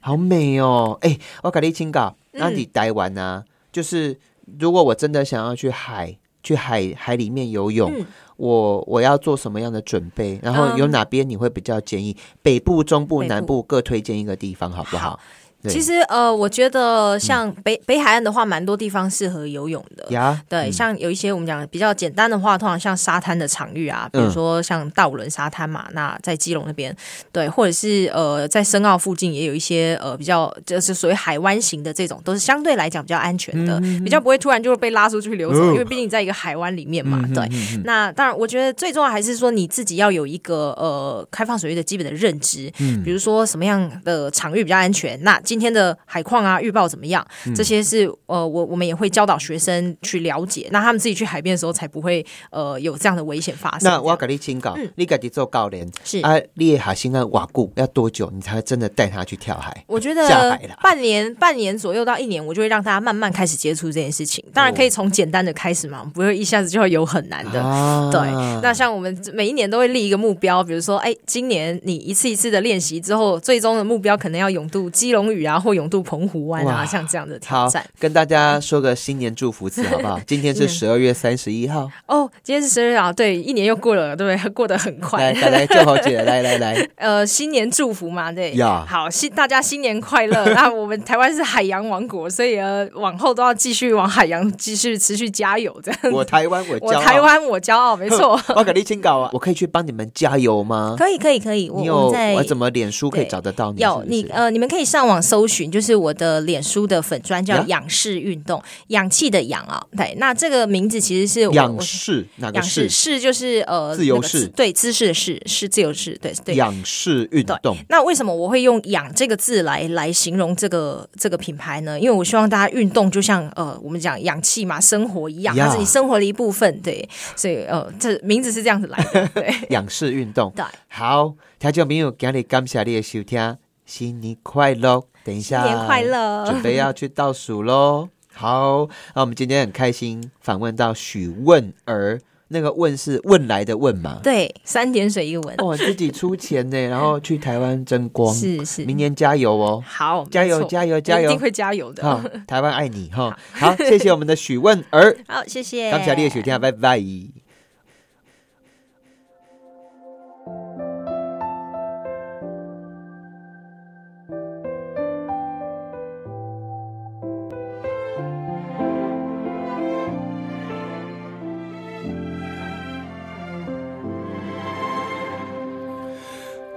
[SPEAKER 1] 好美哦！哎、我跟你请教，
[SPEAKER 2] 嗯
[SPEAKER 1] 那你台湾啊，就是如果我真的想要去海，去海海里面游泳，
[SPEAKER 2] 嗯
[SPEAKER 1] 我我要做什么样的准备？然后有
[SPEAKER 2] 嗯
[SPEAKER 1] 哪边你会比较建议？北部、中部、
[SPEAKER 2] 北
[SPEAKER 1] 南
[SPEAKER 2] 部
[SPEAKER 1] 部各推荐一个地方，好不好？对嗯
[SPEAKER 2] 其实呃，我觉得像北、北海岸的话，蛮多地方适合游泳的。
[SPEAKER 1] 呀，
[SPEAKER 2] 对，像有一些我们讲比较简单的话，通常像沙滩的场域啊，比如
[SPEAKER 1] 嗯
[SPEAKER 2] 说像大五轮沙滩嘛，那在基隆那边，对，或者是呃在深澳附近也有一些呃比较就是所谓海湾型的这种，都是相对来讲比较安全的，比较不会突然就会被拉出去流走，
[SPEAKER 1] 嗯哦
[SPEAKER 2] 因为毕竟在一个海湾里面嘛，
[SPEAKER 1] 嗯
[SPEAKER 2] 对。
[SPEAKER 1] 嗯嗯
[SPEAKER 2] 那当然，我觉得最重要还是说你自己要有一个呃开放水域的基本的认知，
[SPEAKER 1] 嗯
[SPEAKER 2] 比如说什么样的场域比较安全，那今天的海况啊预报怎么样，
[SPEAKER 1] 嗯
[SPEAKER 2] 这些是呃我我们也会教导学生去了解，那他们自己去海边的时候才不会呃有这样的危险发生。嗯
[SPEAKER 1] 那我要跟你请教，你自己做教练
[SPEAKER 2] 是
[SPEAKER 1] 啊，你的学生要偌久，要多久你才会真的带他去跳海？
[SPEAKER 2] 我觉
[SPEAKER 1] 下海
[SPEAKER 2] 得
[SPEAKER 1] 啦
[SPEAKER 2] 半年、半年左右到一年，我就会让大家慢慢开始接触这件事情。当然可以从简单的开始嘛，不会一下子就要有很难的。
[SPEAKER 1] 啊
[SPEAKER 2] 对，那像我们每一年都会立一个目标，比如说，哎，今年你一次一次的练习之后，最终的目标可能要勇渡基隆屿啊，或勇渡澎湖湾
[SPEAKER 1] 哇
[SPEAKER 2] 啊，像这样的挑
[SPEAKER 1] 好
[SPEAKER 2] 战。，
[SPEAKER 1] 跟大家说个新年祝福词好 不好？今天是十二月三十一号，
[SPEAKER 2] 哦，今天是生日啊，对，一年又过了，对 不对？过得很
[SPEAKER 1] 来
[SPEAKER 2] 快。
[SPEAKER 1] 来来，正好姐，来来来，
[SPEAKER 2] 呃，新年祝福嘛，对
[SPEAKER 1] 呀
[SPEAKER 2] 好，新大家新年快乐。 那我们台湾是海洋王国，所以呃，往后都要继续往海洋继续持续加油，这样子。
[SPEAKER 1] 我台 湾，我
[SPEAKER 2] 我
[SPEAKER 1] 骄
[SPEAKER 2] 台
[SPEAKER 1] 傲，
[SPEAKER 2] 湾，我骄傲，没错。
[SPEAKER 1] 我跟你请教啊，我可以去帮你们加油吗？
[SPEAKER 2] 可以，可以，可以，
[SPEAKER 1] 你
[SPEAKER 2] 我
[SPEAKER 1] 有
[SPEAKER 2] 我在
[SPEAKER 1] 我怎么脸书可以
[SPEAKER 2] 对
[SPEAKER 1] 找得到你？
[SPEAKER 2] 有
[SPEAKER 1] 是不是
[SPEAKER 2] 你呃，你们可以上网搜寻，就是我的脸书的粉砖叫
[SPEAKER 1] 呀
[SPEAKER 2] “仰视运动”，氧气的氧啊、对，那这个名字其实是我
[SPEAKER 1] 仰
[SPEAKER 2] 我
[SPEAKER 1] 视哪个
[SPEAKER 2] 仰视
[SPEAKER 1] 视？
[SPEAKER 2] 是就是呃
[SPEAKER 1] 自由
[SPEAKER 2] 那个
[SPEAKER 1] 式
[SPEAKER 2] 姿对姿势的势是自由式，对对。
[SPEAKER 1] 仰视运动，
[SPEAKER 2] 那为什么我会用“氧”这个字来来形容这个这个品牌呢？因为我希望大家运动就像呃我们讲氧气嘛，生活一样，
[SPEAKER 1] 呀
[SPEAKER 2] 它是你生活的一部分，对，所以呃这名字是这样子来的，对。
[SPEAKER 1] 仰视运动。
[SPEAKER 2] 对
[SPEAKER 1] 好，听众朋友，今日感谢你的收听，新年快乐！等一下，
[SPEAKER 2] 新年快乐
[SPEAKER 1] 准备要去倒数喽。好，那我们今天很开心访问到许问儿，那个问是问来的问嘛？
[SPEAKER 2] 对，三点水一个文，
[SPEAKER 1] 哇，自己出钱 呢，然后去台湾争光，
[SPEAKER 2] 哦是是，
[SPEAKER 1] 明年加油哦！
[SPEAKER 2] 好，
[SPEAKER 1] 加油
[SPEAKER 2] 没错
[SPEAKER 1] 加油加油啊
[SPEAKER 2] 一定会加油的。
[SPEAKER 1] 好，台湾爱你 哈！好，谢谢我们的许问儿，
[SPEAKER 2] 好，谢谢，
[SPEAKER 1] 感谢你的收啊听，拜拜。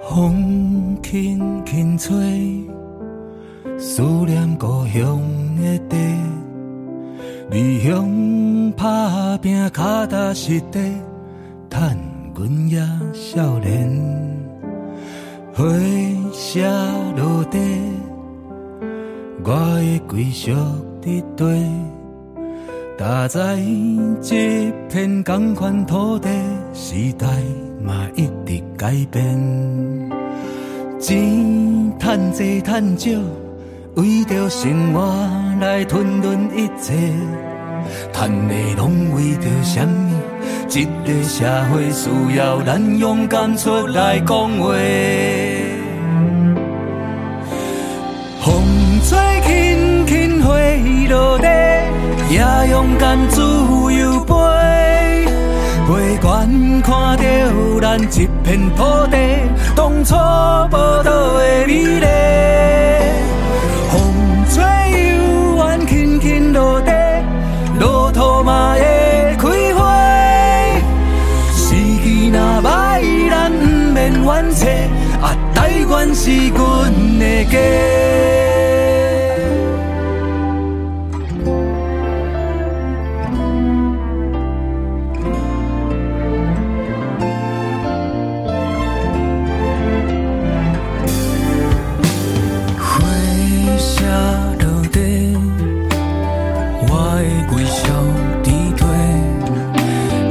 [SPEAKER 3] 风轻轻吹，思念故乡的地，离乡打拼，脚踏实地，趁阮也少年。花谢落地，我的归宿伫地，搭在这片同款土地，时代嘛一直改变。钱趁多趁少，为着生活来吞吞一切，趁的拢为着什么？这个社会需要咱勇敢出来讲话。风吹轻轻，花落地，也勇敢自由飞。飞远看到咱一片土地，当初无道的美丽。风吹犹原轻轻落地，路途嘛会开花。时机若歹，咱不免怨切，啊，台湾是阮的家。花谢落地，我的归宿伫地。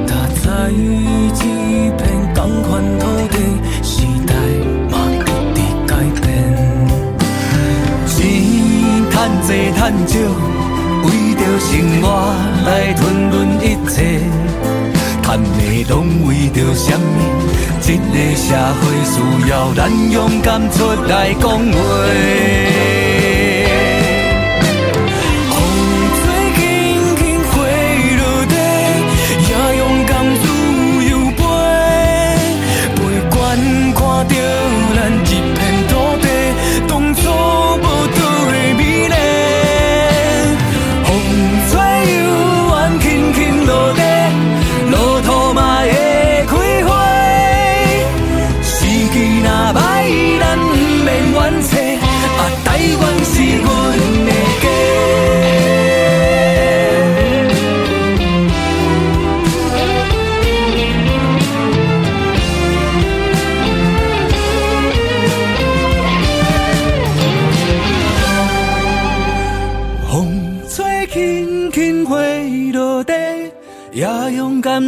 [SPEAKER 3] 踏在这片同款土地，时代嘛一直改变。钱趁多趁少，为着生活来吞吞一切，趁的拢为着什么？这个社会需要咱勇敢出来讲话。风吹轻轻，花落地，也勇敢自由飞。飞远看到咱一片土地，当初无倒的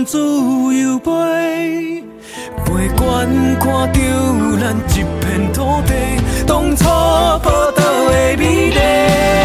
[SPEAKER 3] 自由飞，陪阮看着咱一片土地，当初报道的美丽。